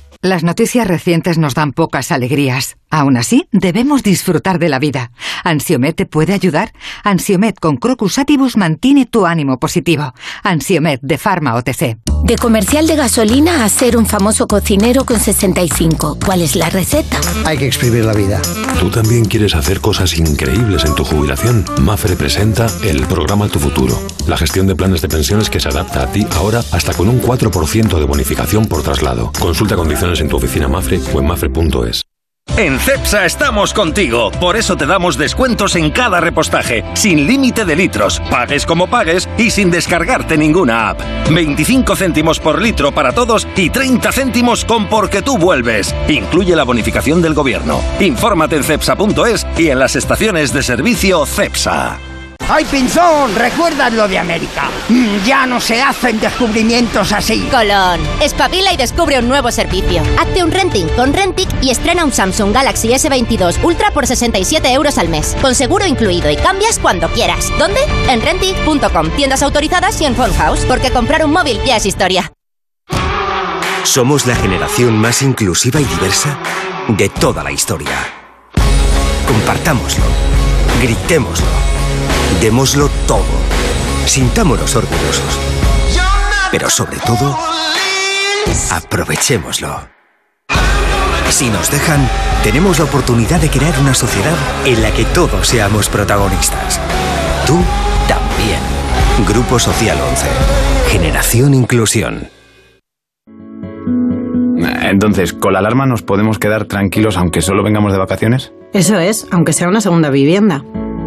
Las noticias recientes nos dan pocas alegrías. Aún así, debemos disfrutar de la vida. ¿Ansiomet te puede ayudar? Ansiomet con Crocus Atibus mantiene tu ánimo positivo. Ansiomet de Pharma OTC. De comercial de gasolina a ser un famoso cocinero con 65. ¿Cuál es la receta? Hay que exprimir la vida. ¿Tú también quieres hacer cosas increíbles en tu jubilación? Mafre presenta el programa Tu Futuro, la gestión de planes de pensiones que se adapta a ti ahora hasta con un 4% de bonificación por traslado. Consulta condiciones en tu oficina Mafre o en mafre.es. En CEPSA estamos contigo, por eso te damos descuentos en cada repostaje, sin límite de litros, pagues como pagues y sin descargarte ninguna app. 25 céntimos por litro para todos y 30 céntimos con Porque tú vuelves. Incluye la bonificación del gobierno. Infórmate en CEPSA.es y en las estaciones de servicio CEPSA. ¡Ay, Pinzón! ¿Recuerdas lo de América? Mm, Ya no se hacen descubrimientos así. Colón, espabila y descubre un nuevo servicio. Hazte un renting con Rentic y estrena un Samsung Galaxy S22 Ultra por 67 euros al mes, con seguro incluido y cambias cuando quieras. ¿Dónde? En Rentic.com, tiendas autorizadas y en Phone House, porque comprar un móvil ya es historia. Somos la generación más inclusiva y diversa de toda la historia. Compartámoslo, gritémoslo, démoslo todo, sintámonos orgullosos, pero sobre todo, aprovechémoslo. Si nos dejan, tenemos la oportunidad de crear una sociedad en la que todos seamos protagonistas. Tú también. Grupo Social 11. Generación Inclusión. Eh, Entonces, ¿con la alarma nos podemos quedar tranquilos aunque solo vengamos de vacaciones? Eso es, aunque sea una segunda vivienda.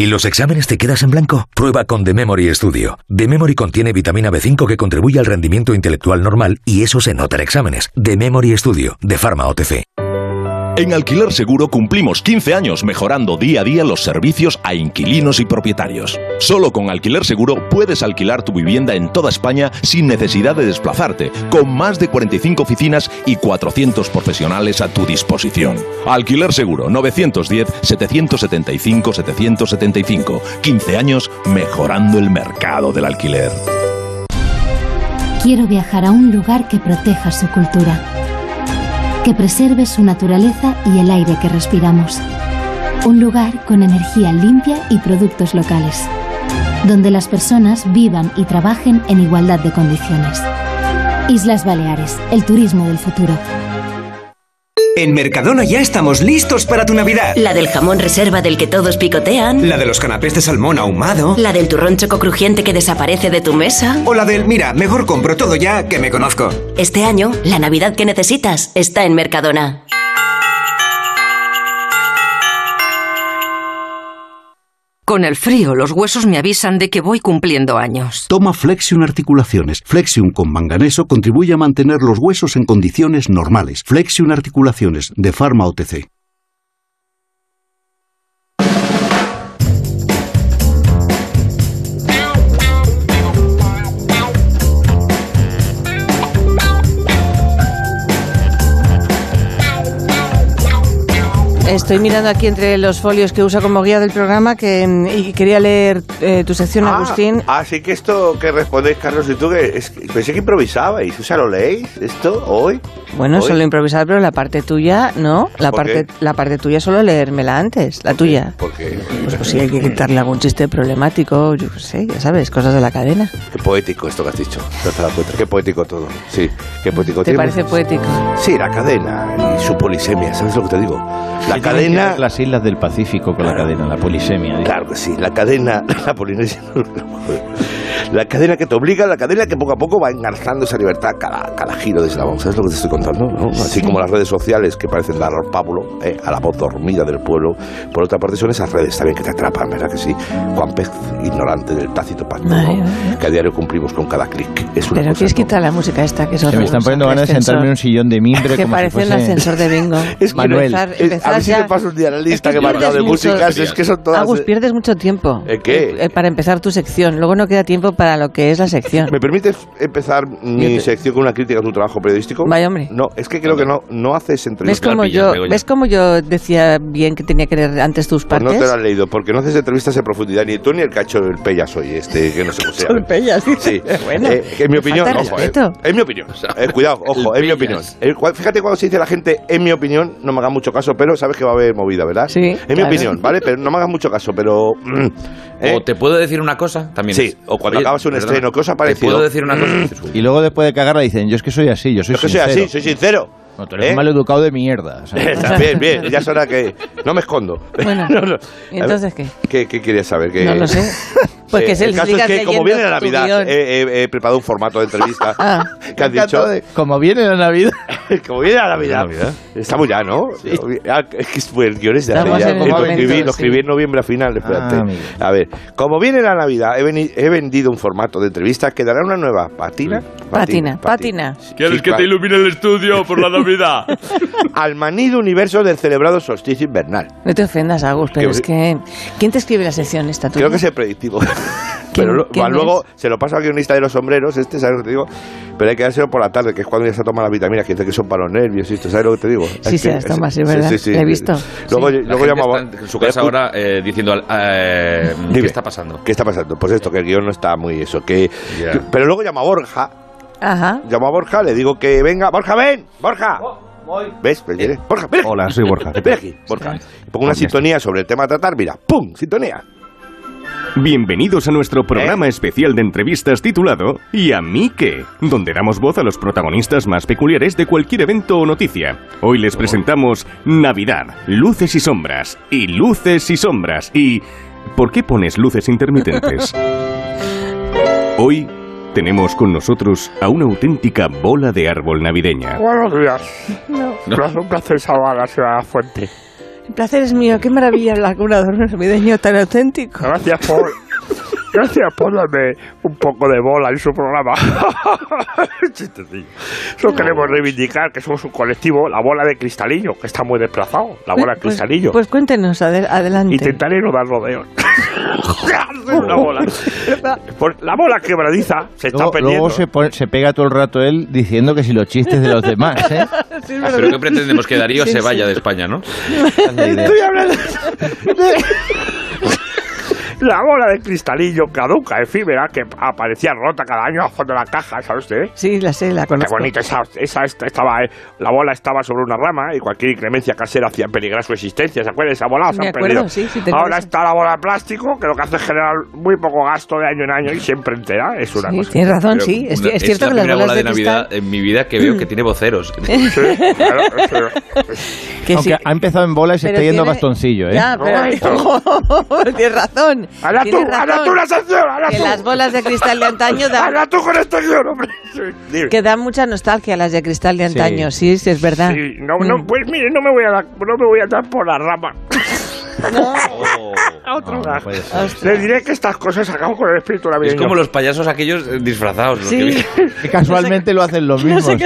¿Y los exámenes te quedas en blanco? Prueba con The Memory Studio. The Memory contiene vitamina B5 que contribuye al rendimiento intelectual normal y eso se nota en exámenes. The Memory Studio, de Pharma OTC. En Alquiler Seguro cumplimos 15 años mejorando día a día los servicios a inquilinos y propietarios. Solo con Alquiler Seguro puedes alquilar tu vivienda en toda España sin necesidad de desplazarte, con más de 45 oficinas y 400 profesionales a tu disposición. Alquiler Seguro 910-775-775. 15 años mejorando el mercado del alquiler. Quiero viajar a un lugar que proteja su cultura, que preserve su naturaleza y el aire que respiramos. Un lugar con energía limpia y productos locales, donde las personas vivan y trabajen en igualdad de condiciones. Islas Baleares, el turismo del futuro. En Mercadona ya estamos listos para tu Navidad. La del jamón reserva del que todos picotean. La de los canapés de salmón ahumado. La del turrón choco crujiente que desaparece de tu mesa. O la del, mira, mejor compro todo ya que me conozco. Este año, la Navidad que necesitas está en Mercadona. Con el frío, los huesos me avisan de que voy cumpliendo años. Toma Flexion Articulaciones. Flexion con manganeso contribuye a mantener los huesos en condiciones normales. Flexion Articulaciones de Pharma OTC. Estoy mirando aquí entre los folios que usa como guía del programa que, mm, y quería leer eh, tu sección, Ah, Agustín. Así que esto que respondéis, Carlos, y tú, que es- pensé que improvisabais. O sea, ¿lo leéis esto hoy? Bueno, Hoy. solo improvisar, pero la parte tuya, ¿no? La ¿Por parte, qué? la parte tuya solo leérmela antes, la tuya. Porque Pues, pues sí, hay que quitarle algún chiste problemático, yo qué sé, ya sabes, cosas de la cadena. qué poético esto que has dicho. No te das cuenta. Qué poético todo. Sí, qué poético. ¿Te Tiene- parece poético? Sí, la cadena y su polisemia, ¿sabes lo que te digo? La cadena... Las islas del Pacífico con la cadena, la polisemia. Claro que sí, la cadena, la polinesia, la cadena que te obliga, la cadena que poco a poco va engarzando esa libertad cada, cada giro de eslabón, ¿sabes lo que te estoy contando? no? Así Sí. como las redes sociales que parecen dar pábulo eh, a la voz dormida del pueblo, por otra parte son esas redes también que te atrapan, ¿verdad que sí? Juan Pez, ignorante del tácito pacto, ¿no? Madre que a diario cumplimos con cada clic. Es una Pero cosa quieres quitar la música esta que es Que me horrible, están poniendo que ganas de ascensor. sentarme en un sillón de mimbre Que como si parece un fuese- ascensor de bingo. Es que Manuel, Eh, Empezar- es- a empezar ver si ya- te paso un día la lista Es que me ha pierdes dado de mucho- músicas, es que son todas Agus, de- pierdes mucho tiempo. ¿Eh, qué? Eh, Para empezar tu sección. Luego no queda tiempo para lo que es la sección. ¿Me permites empezar mi Yo te- sección con una crítica a tu trabajo periodístico? Vaya, hombre. No, es que creo que no, no haces ¿Ves entrevistas. cómo, yo, ¿Ves cómo yo decía bien que tenía que leer antes tus Pues partes? no te lo has leído, porque no haces entrevistas en profundidad, ni tú ni el cacho del Pellas hoy, este, que no sé cómo se llama. Sí, Bueno, Eh, que en mi me opinión, falta ojo, eh, respeto. es mi opinión, Eh, cuidado, ojo, es mi opinión. Eh, cua- fíjate cuando se dice la gente, en mi opinión, no me hagas mucho caso, pero sabes que va a haber movida, ¿verdad? Sí. Es mi claro. opinión, ¿vale? Pero no me hagas mucho caso, pero... mm, eh, O te puedo decir una cosa también. Sí, es- o cuando Oye, acabas un perdona, estreno, cosa Te parecida. puedo decir una cosa. Y luego después de cagarla dicen, yo es que soy así, yo soy Yo que soy sincero. así, soy sincero. No, tú eres ¿Eh? un maleducado de mierda. o sea. bien, bien, ya es hora que... No me escondo. Bueno, No, no. ¿y entonces qué? ¿Qué, qué querías saber? Que- No lo sé. Pues Eh, que se el les caso es diga que como leyendo viene la tu Navidad guión. he, he- he preparado un formato de entrevista Ah. que han dicho Como viene la Navidad. como viene la Navidad. Estamos ya, ¿no? Ah, es que fue el guión es de hace Estamos ya. en Lo el escribí, momento, lo escribí sí. en noviembre a final, espérate. Ah, amigo. a ver, como viene la Navidad, he, veni- he vendido un formato de entrevista que dará una nueva patina. Patina, patina. ¿Quieres que te ilumine el estudio por la Navidad? Al manido universo del celebrado solsticio invernal. No te ofendas, Agus, pero Que- es que... ¿Quién te escribe la sección esta tuya? Creo que es el predictivo. Pero lo- quién luego se lo paso al guionista de los sombreros, este, ¿sabes lo que te digo? Pero hay que dárselo por la tarde, que es cuando ya se toman las vitaminas, que dice que son para los nervios, y esto, ¿sabes lo que te digo? Sí, Es se que- las toma, sí, es verdad. La he visto. Luego, Sí. La luego gente llamaba. está en su casa ahora eh, diciendo al- eh, qué está pasando. ¿Qué está pasando? Pues esto, que el guión no está muy eso. Que, que- pero luego llama a Borja. Ajá. Llamo a Borja, le digo que venga. Borja, ven, Borja. ¿Ves? Pues viene. Borja, ven. Hola, soy Borja. Ven aquí, Borja. Y Pongo una sintonía sobre el tema a tratar, mira. ¡Pum! Sintonía. Bienvenidos a nuestro programa ¿Eh? especial de entrevistas titulado ¿Y a mí qué? donde damos voz a los protagonistas más peculiares de cualquier evento o noticia. Hoy les presentamos Navidad, luces y sombras, y luces y sombras, y... ¿Por qué pones luces intermitentes? Hoy tenemos con nosotros a una auténtica bola de árbol navideña. Buenos días. un placer salvar a la ciudad Fuente. El placer es mío, qué maravilla hablar con un adorno navideño tan auténtico. Gracias por. Gracias por darme un poco de bola en su programa. Chistecillo. Eso queremos reivindicar, que somos un colectivo, la bola de cristalillo, que está muy desplazado, la bola de Pues- cristalillo. Pues, cuéntenos, ade- adelante. Intentaré no dar rodeos. Pues Una bola. Por- la bola quebradiza se está Luego, perdiendo. luego se, pone- se pega todo el rato él diciendo que si los chistes de los demás, ¿eh? Pero que pretendemos que Darío Sí, se sí. vaya de España, ¿no? Estoy hablando. La bola de cristalillo caduca, efímera, que aparecía rota cada año al fondo de la caja, ¿sabe usted? Sí, la sé, la conozco. Qué bonito, esa, esa esta- estaba, eh, la bola estaba sobre una rama y cualquier inclemencia casera hacía peligrar su existencia, ¿se acuerda? Esa bola se Me han acuerdo, perdido. sí, sí, tengo Ahora esa. está la bola de plástico, que lo que hace es generar muy poco gasto de año en año y siempre entera, es una Sí, cosa. tienes razón, Pero sí, es- Una- es cierto la que las primera bolas bola de de, Navidad en mi vida que veo que tiene voceros. Aunque ha empezado en bola y se Pero está yendo a tiene- bastonsillo, ¿eh? Ya, pero tienes razón. Ahora tienes tú, ahora tú la sanción, ahora que tú. las bolas de cristal de antaño dan... Ahora tú con este guión, hombre. Sí, dime. Que dan mucha nostalgia las de cristal de Sí. antaño, sí, sí, es verdad. Mm. Sí, no, no, pues mire, no me voy a dar, no me voy a dar por la rama. Oh. Ah. Otro más. Le diré que estas cosas acaban con el espíritu Ah, Es navideño. como los payasos aquellos eh, disfrazados. los que- Que casualmente lo hacen los mismos.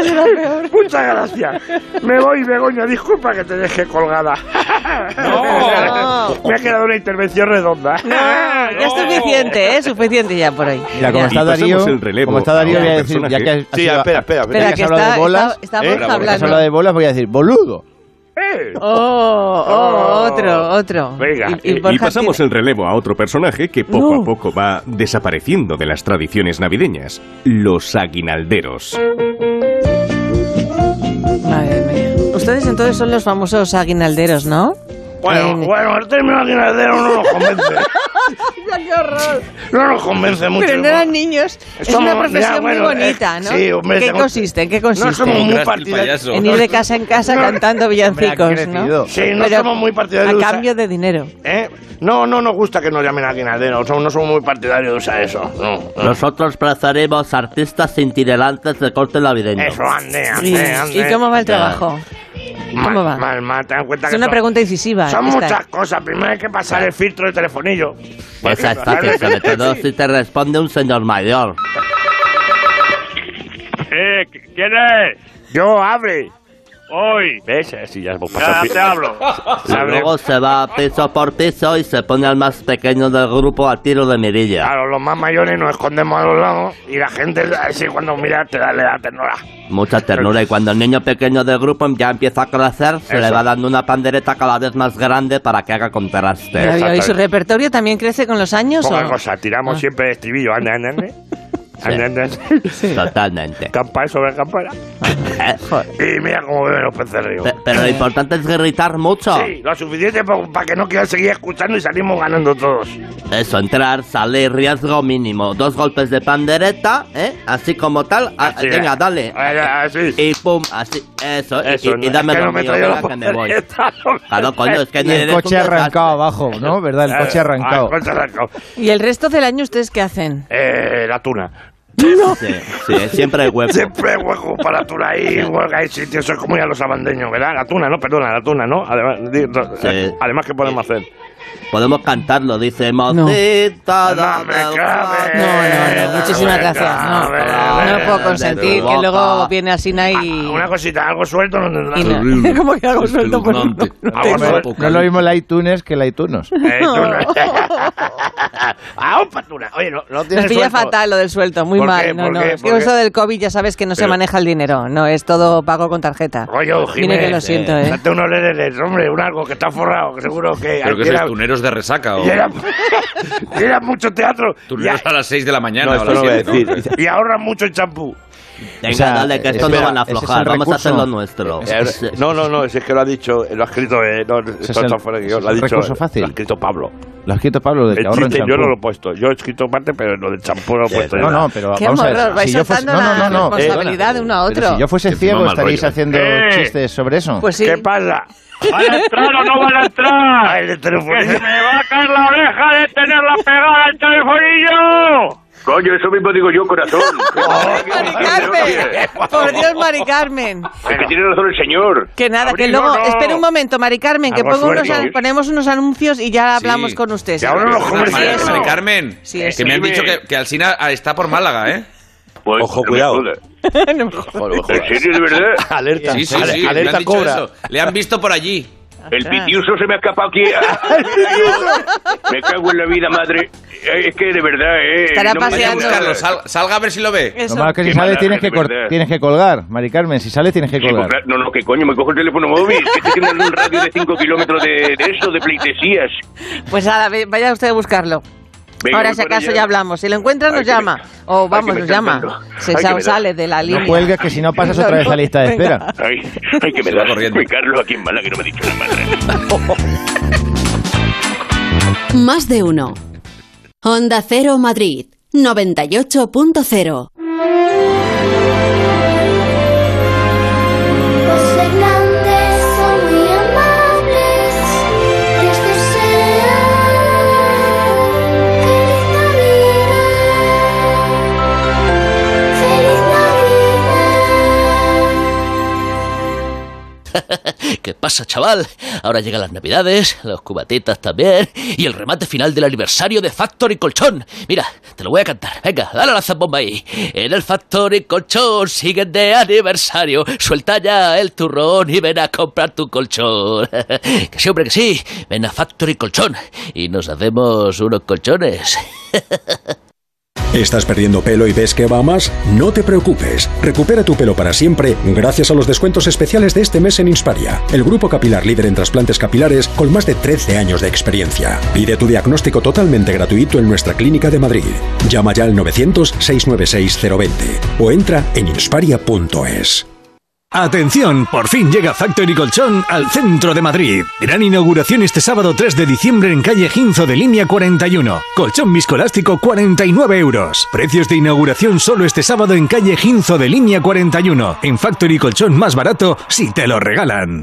Muchas gracias. Me voy, Begoña. Disculpa que te deje colgada. Me ha quedado una intervención redonda. Ya es suficiente, ¿eh? Suficiente ya por hoy. Mira, como Ya. está Y pasamos Darío, el relevo como está Darío, a voy a un decir, ya personaje. que has, has Sí, ido a- espera, espera, ya espera, que que has hablado está- de bolas, está- está Borja has hablando. hablado de bolas, voy a decir, boludo. Eh. Oh, oh, otro, otro. Venga. Eh, Y, pasamos el relevo a otro personaje que poco a poco va desapareciendo de las tradiciones navideñas, los aguinalderos. Ustedes entonces son los famosos aguinalderos, ¿no? Bueno, bueno, el término aguinaldero no nos convence. ¡Qué horror! No nos convence mucho. Pero no eran niños. Es Somos- una profesión ya, bueno, muy bonita, eh, ¿no? sí, hombre, ¿Qué tengo- consiste? ¿En qué consiste? No somos muy partidarios. En ir de casa en casa cantando villancicos, ¿no? Sí, no Pero somos muy partidarios. A de usar- cambio de dinero. ¿Eh? No, no nos gusta que nos llamen aguinaldero. No somos muy partidarios de usar eso. No. Nosotros plazaremos artistas cintilantes de corte navideño. Eso, ande, ande, ¿Y, ande. ¿y cómo va el Ya. trabajo? Mal, ¿Cómo va? Mal, mal, ten en cuenta Es que una son- pregunta incisiva. Son esta. muchas cosas. Primero hay que pasar el filtro de telefonillo. Pues es fácil, sobre todo si te responde un señor mayor. Eh, ¿quién es? Yo, abre. Hoy. ¿Ves? Así ya hemos pasado. te hablo. Y luego se va piso por piso y se pone al más pequeño del grupo a tiro de mirilla. Claro, los más mayores nos escondemos a los lados y la gente así cuando mira te da, le da ternura. Mucha ternura y cuando el niño pequeño del grupo ya empieza a crecer, se le Eso. va dando una pandereta cada vez más grande para que haga contraste. Pero, ¿Y su repertorio también crece con los años? Poca o- cosa, tiramos Ah. siempre de estribillo. Ande, ande, ande. Ande, ande, ande. Totalmente. Campana sobre campana. y mira cómo beben los pecerríos. Pe- Pero lo importante es gritar mucho. Sí, lo suficiente para que no quieran seguir escuchando y salimos ganando todos. Eso, entrar, salir, riesgo mínimo. Dos golpes de pandereta, ¿eh? Así como tal. Ah, Así es. venga, dale. Así. Y pum, así. Eso, y- ah, Eso, y, y no, dame es que lo no me mío, traigo venga, la que me voy. pandereta, no me Claro, coño, es que Y el eres coche un arrancado abajo, ¿no? ¿Verdad? El coche arrancado. Ah, el coche arrancado. ¿Y el resto del año ustedes qué hacen? Eh, la tuna. Sí, sí, eh, siempre hay hueco. Siempre hay hueco para la tuna ahí, hueco, hay sitio, eso es como ir a los abandeños, ¿verdad? La tuna, no, perdona, la tuna, ¿no? eh, Además, di- además que podemos hacer. Eh, Podemos cantarlo, dice Mocita. No, no, no, muchísimas gracias. No, no puedo consentir que luego viene Asina y. Ah, Una cosita, algo suelto no y tendrás. no- Como que algo suelto por Espeluznante. No, no es lo mismo la iTunes que la iTunes. ¡Ah, patura! Oye, no, no Nos tienes pilla suelto. fatal lo del sueldo, muy ¿Por mal. qué? No, ¿Por no. qué? Es que ¿Por qué? eso del COVID ya sabes que no se Pero- maneja el dinero, no, es todo pago con tarjeta. Oye, Mire Jiménez. que lo siento, ¿eh? Date unos lereres, hombre, un algo que está forrado, que seguro que. Creo que ayer sois era- tuneros de resaca. O... Y era- y era mucho teatro. Tuneros a las 6 de la mañana. No, o a esto las no voy a 7, ¿no? decir. Y ahorra mucho en champú. Venga, O sea, dale, que esto no espera, van a ese es aflojar, el vamos a recurso. hacerlo nuestro. Eh, no, no, no, si es que lo ha dicho, lo ha escrito, eh, no, esto es el- está fuera de ese guión, es lo ha el dicho, recurso fácil. lo ha escrito Pablo. Lo has escrito Pablo de El que ahorra en chiste yo champú. no lo he puesto, yo he escrito parte, pero lo del champú no lo he puesto. No, no, pero Qué vamos a ver. horror, vais si yo fuese, soltando no, no, no, la no, responsabilidad perdona. Eh, de uno a Pero otro. Si yo fuese Que ciego, encima mal estaríis rollo. haciendo Eh. chistes sobre eso. Pues sí. ¿Qué pasa? ¿Van a entrar o no van a entrar? Ah, ¡Que se me va a caer la oreja de tenerla pegada al telefonillo! Coño, eso mismo digo yo, corazón. Por Dios, Mari Carmen. Es que tiene razón el señor. Que nada, que Abril, luego. no, no. Espera un momento, Mari Carmen, que Algo pongo unos suelto. an- ponemos unos anuncios y ya hablamos Sí. con usted. Mari- Mari Carmen, Sí, que eso. me han dicho que, que Alsina ah, está por Málaga, ¿eh? Pues, Ojo, cuidado. ¿En serio, de verdad? Alerta, Sí, sí, ale- sí, me han alerta dicho cobra. eso. Le han visto por allí. El pitiuso se me ha escapado aquí. Me cago en la vida, madre. Eh, Es que de verdad, eh. Estará me paseando. digas nada. Carlos, sal- salga a ver si lo ve. Eso. Lo malo es que si Qué sales mala, tienes de que, cor- verdad. tienes que colgar, Mari Carmen. Si sales tienes que Sí, pues, colgar. claro. No, no, que coño, me cojo el teléfono móvil. Que estoy en un radio de 5 kilómetros de, de eso, de pleitesías. Pues nada, ve- vaya usted a buscarlo. Venga, Ahora, voy si para acaso allá. ya hablamos. Si lo encuentra, nos llama. O vamos, me nos está llama. entrando. Se Ay, que sa- me da. sale de la No línea. cuelgues, que si no pasas No, otra vez no, la lista de venga. espera. Ay, ay, que me da corriendo. Carlos aquí en Málaga, que no me ha dicho nada más. Más de uno. Onda Cero Madrid 98.0. Los Hernández son muy amables, les desean feliz Navidad, feliz Navidad. ¿Qué pasa, chaval? Ahora llegan las navidades, los cubatitas también, y el remate final del aniversario de Factory Colchón. Mira, te lo voy a cantar. Venga, dale a la zambomba ahí. En el Factory Colchón siguen de aniversario. Suelta ya el turrón y ven a comprar tu colchón. que sí, hombre, que sí. Ven a Factory Colchón y nos hacemos unos colchones. ¿Estás perdiendo pelo y ves que va a más? No te preocupes. Recupera tu pelo para siempre gracias a los descuentos especiales de este mes en Insparia, el grupo capilar líder en trasplantes capilares con más de 13 años de experiencia. Pide tu diagnóstico totalmente gratuito en nuestra clínica de Madrid. Llama ya al 900-696-020 o entra en insparia.es. Atención, por fin llega Factory Colchón al centro de Madrid. Gran inauguración este sábado 3 de diciembre en calle Ginzo de línea 41. Colchón viscoelástico 49 euros. Precios de inauguración solo este sábado en calle Ginzo de línea 41. En Factory Colchón más barato si te lo regalan.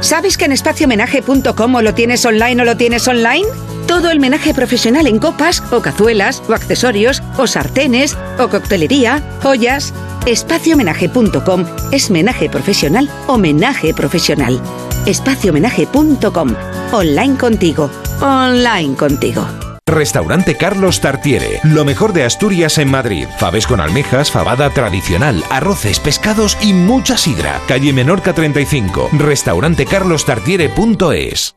¿Sabes que en espaciomenaje.com o lo tienes online o lo tienes online? Todo el menaje profesional en copas o cazuelas o accesorios o sartenes o coctelería, joyas. Espaciomenaje.com es menaje profesional o menaje profesional. Espaciomenaje.com. Online contigo. Online contigo. Restaurante Carlos Tartiere, lo mejor de Asturias en Madrid. Faves con almejas, fabada tradicional, arroces, pescados y mucha sidra. Calle Menorca 35, restaurantecarlostartiere.es.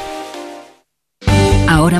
Ahora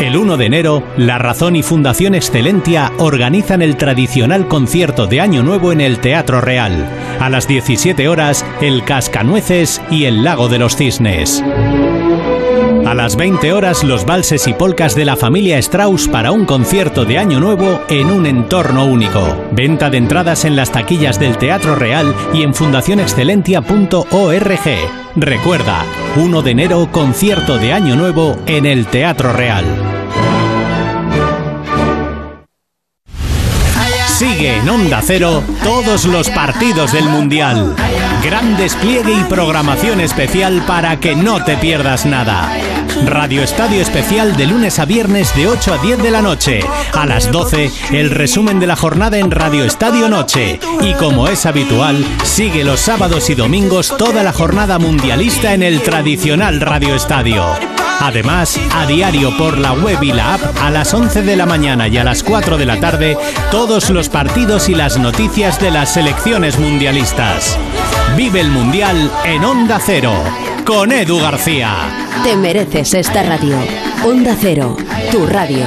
El 1 de enero, La Razón y Fundación Excelentia organizan el tradicional concierto de Año Nuevo en el Teatro Real. A las 17 horas, El Cascanueces y El Lago de los Cisnes. A las 20 horas, los valses y polcas de la familia Strauss para un concierto de Año Nuevo en un entorno único. Venta de entradas en las taquillas del Teatro Real y en fundacionexcelentia.org. Recuerda, 1 de enero, concierto de Año Nuevo en el Teatro Real. Sigue en Onda Cero todos los partidos del Mundial. Gran despliegue y programación especial para que no te pierdas nada. Radio Estadio Especial de lunes a viernes de 8 a 10 de la noche. A las 12, el resumen de la jornada en Radio Estadio Noche. Y como es habitual, sigue los sábados y domingos toda la jornada mundialista en el tradicional Radio Estadio. Además, a diario por la web y la app a las 11 de la mañana y a las 4 de la tarde, todos los partidos y las noticias de las selecciones mundialistas. Vive el Mundial en Onda Cero, con Edu García. Te mereces esta radio. Onda Cero, tu radio.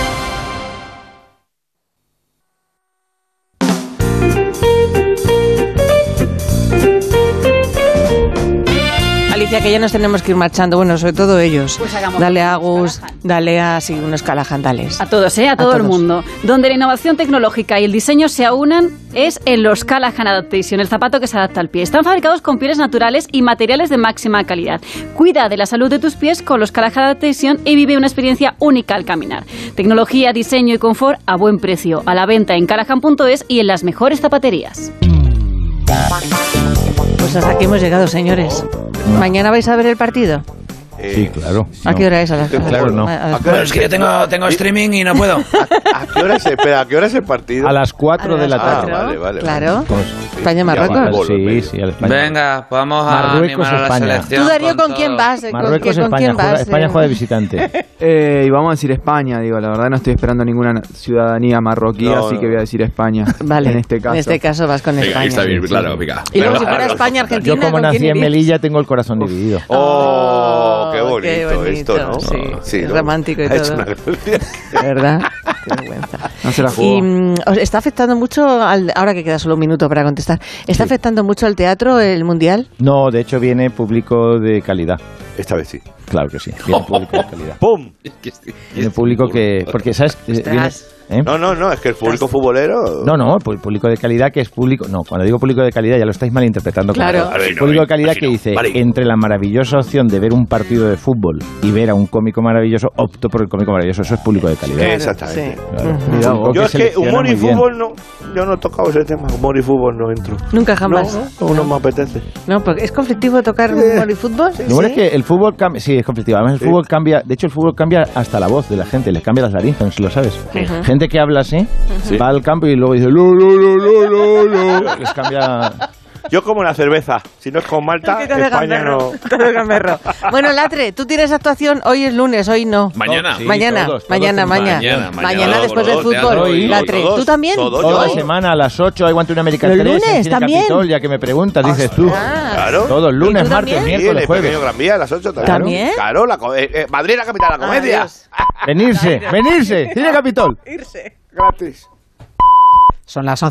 Alicia, que ya nos tenemos que ir marchando, bueno, sobre todo ellos. Pues hagamos dale a Agus, dale a sí, unos Callahan, dales. A todos, ¿eh? a todo el mundo. Donde la innovación tecnológica y el diseño se aunan es en los Callahan Adaptation, el zapato que se adapta al pie. Están fabricados con pieles naturales y materiales de máxima calidad. Cuida de la salud de tus pies con los Callahan Adaptation y vive una experiencia única al caminar. Tecnología, diseño y confort a buen precio. A la venta en callahan.es y en las mejores zapaterías. Pues hasta aquí hemos llegado, señores. ¿Mañana vais a ver el partido? Eh, Sí, claro. ¿A qué hora es? A las Claro, no. a- a- Bueno, Ah, es que yo tengo, tengo streaming y no puedo. ¿A qué hora es, espera, ¿a qué hora es el partido? A las 4 de la Ah, tarde. vale, vale. Claro. Pues- España-Marruecos. Sí, sí, al España. Venga, vamos a animar Marruecos, a la España. selección. ¿Tú, Darío, con todo. quién vas? ¿Con, Marruecos, qué- con España. quién Juega- vas? España Eh, juega de visitante. Eh, y vamos a decir España, digo, la verdad no estoy esperando ninguna ciudadanía marroquí, No, así no. que voy a decir España. Vale, En este caso. En este caso vas con Venga, ahí España. está bien, claro, venga. Y luego Venga, si fuera claro. España, Argentina, Yo como ¿con nací quién en irías? Melilla tengo el corazón dividido. Oh, qué, bonito qué bonito, esto, ¿no? sí. Es ¿no? romántico y Ha hecho todo. una gracia. ¿Verdad? Qué vergüenza. No se la Y jugó. mm, os está afectando mucho, al, ahora que queda solo un minuto para contestar, ¿está afectando mucho al teatro el Mundial? No, de hecho viene público de calidad. Esta vez sí. Claro que sí. Viene público de calidad. ¡Pum! Viene público que... Porque, ¿sabes? Eh, viene- ¿eh? No, no, no, es que el público futbolero. No, no, pu- público de calidad que es público. No, cuando digo público de calidad ya lo estáis malinterpretando. Claro. A ver, no, público eh, de calidad así que no. dice: Vale. entre la maravillosa opción de ver un partido de fútbol y ver a un cómico maravilloso, opto por el cómico maravilloso. Eso es público de calidad. Claro, Exactamente. sí. Claro. Ujú. Cuidado, Yo que es que selecciona humor y muy bien. fútbol no. Yo no he tocado ese tema. Humor y fútbol no entro. Nunca jamás. No, no, no me apetece. No, porque es conflictivo tocar fútbol y fútbol. Lo bueno es que el fútbol cambia, sí, es conflictivo. Además, el fútbol cambia, de hecho, el fútbol cambia hasta la voz de la gente, les cambia las laringes, lo sabes. Ujú. Gente que habla así, Sí. va al campo y luego dice, lo, lo, lo, lo, lo, lo. Les cambia. Yo como la cerveza. Si no es con Malta, Es que te dejan España no. verlo. Bueno, Latre, tú tienes actuación, hoy es lunes, hoy no. Mañana. Sí, mañana, todos, todos mañana, en- mañana, mañana, mañana. después del Todos, fútbol. teatro y- Latre, todos, ¿tú también? todos, Toda yo. la semana a las 8 hay Guante una América ¿Los 3 en lunes Cine también? Capitol, ya que me preguntas, dices tú. Claro. Todos, lunes, martes, Sí, en miércoles, el jueves. pequeño Gran Vía a las 8 también. ¿También? Claro, la co- eh, eh, Madrid es la capital de la comedia. Venirse, venirse, Cine Capitol. Gratis. Son las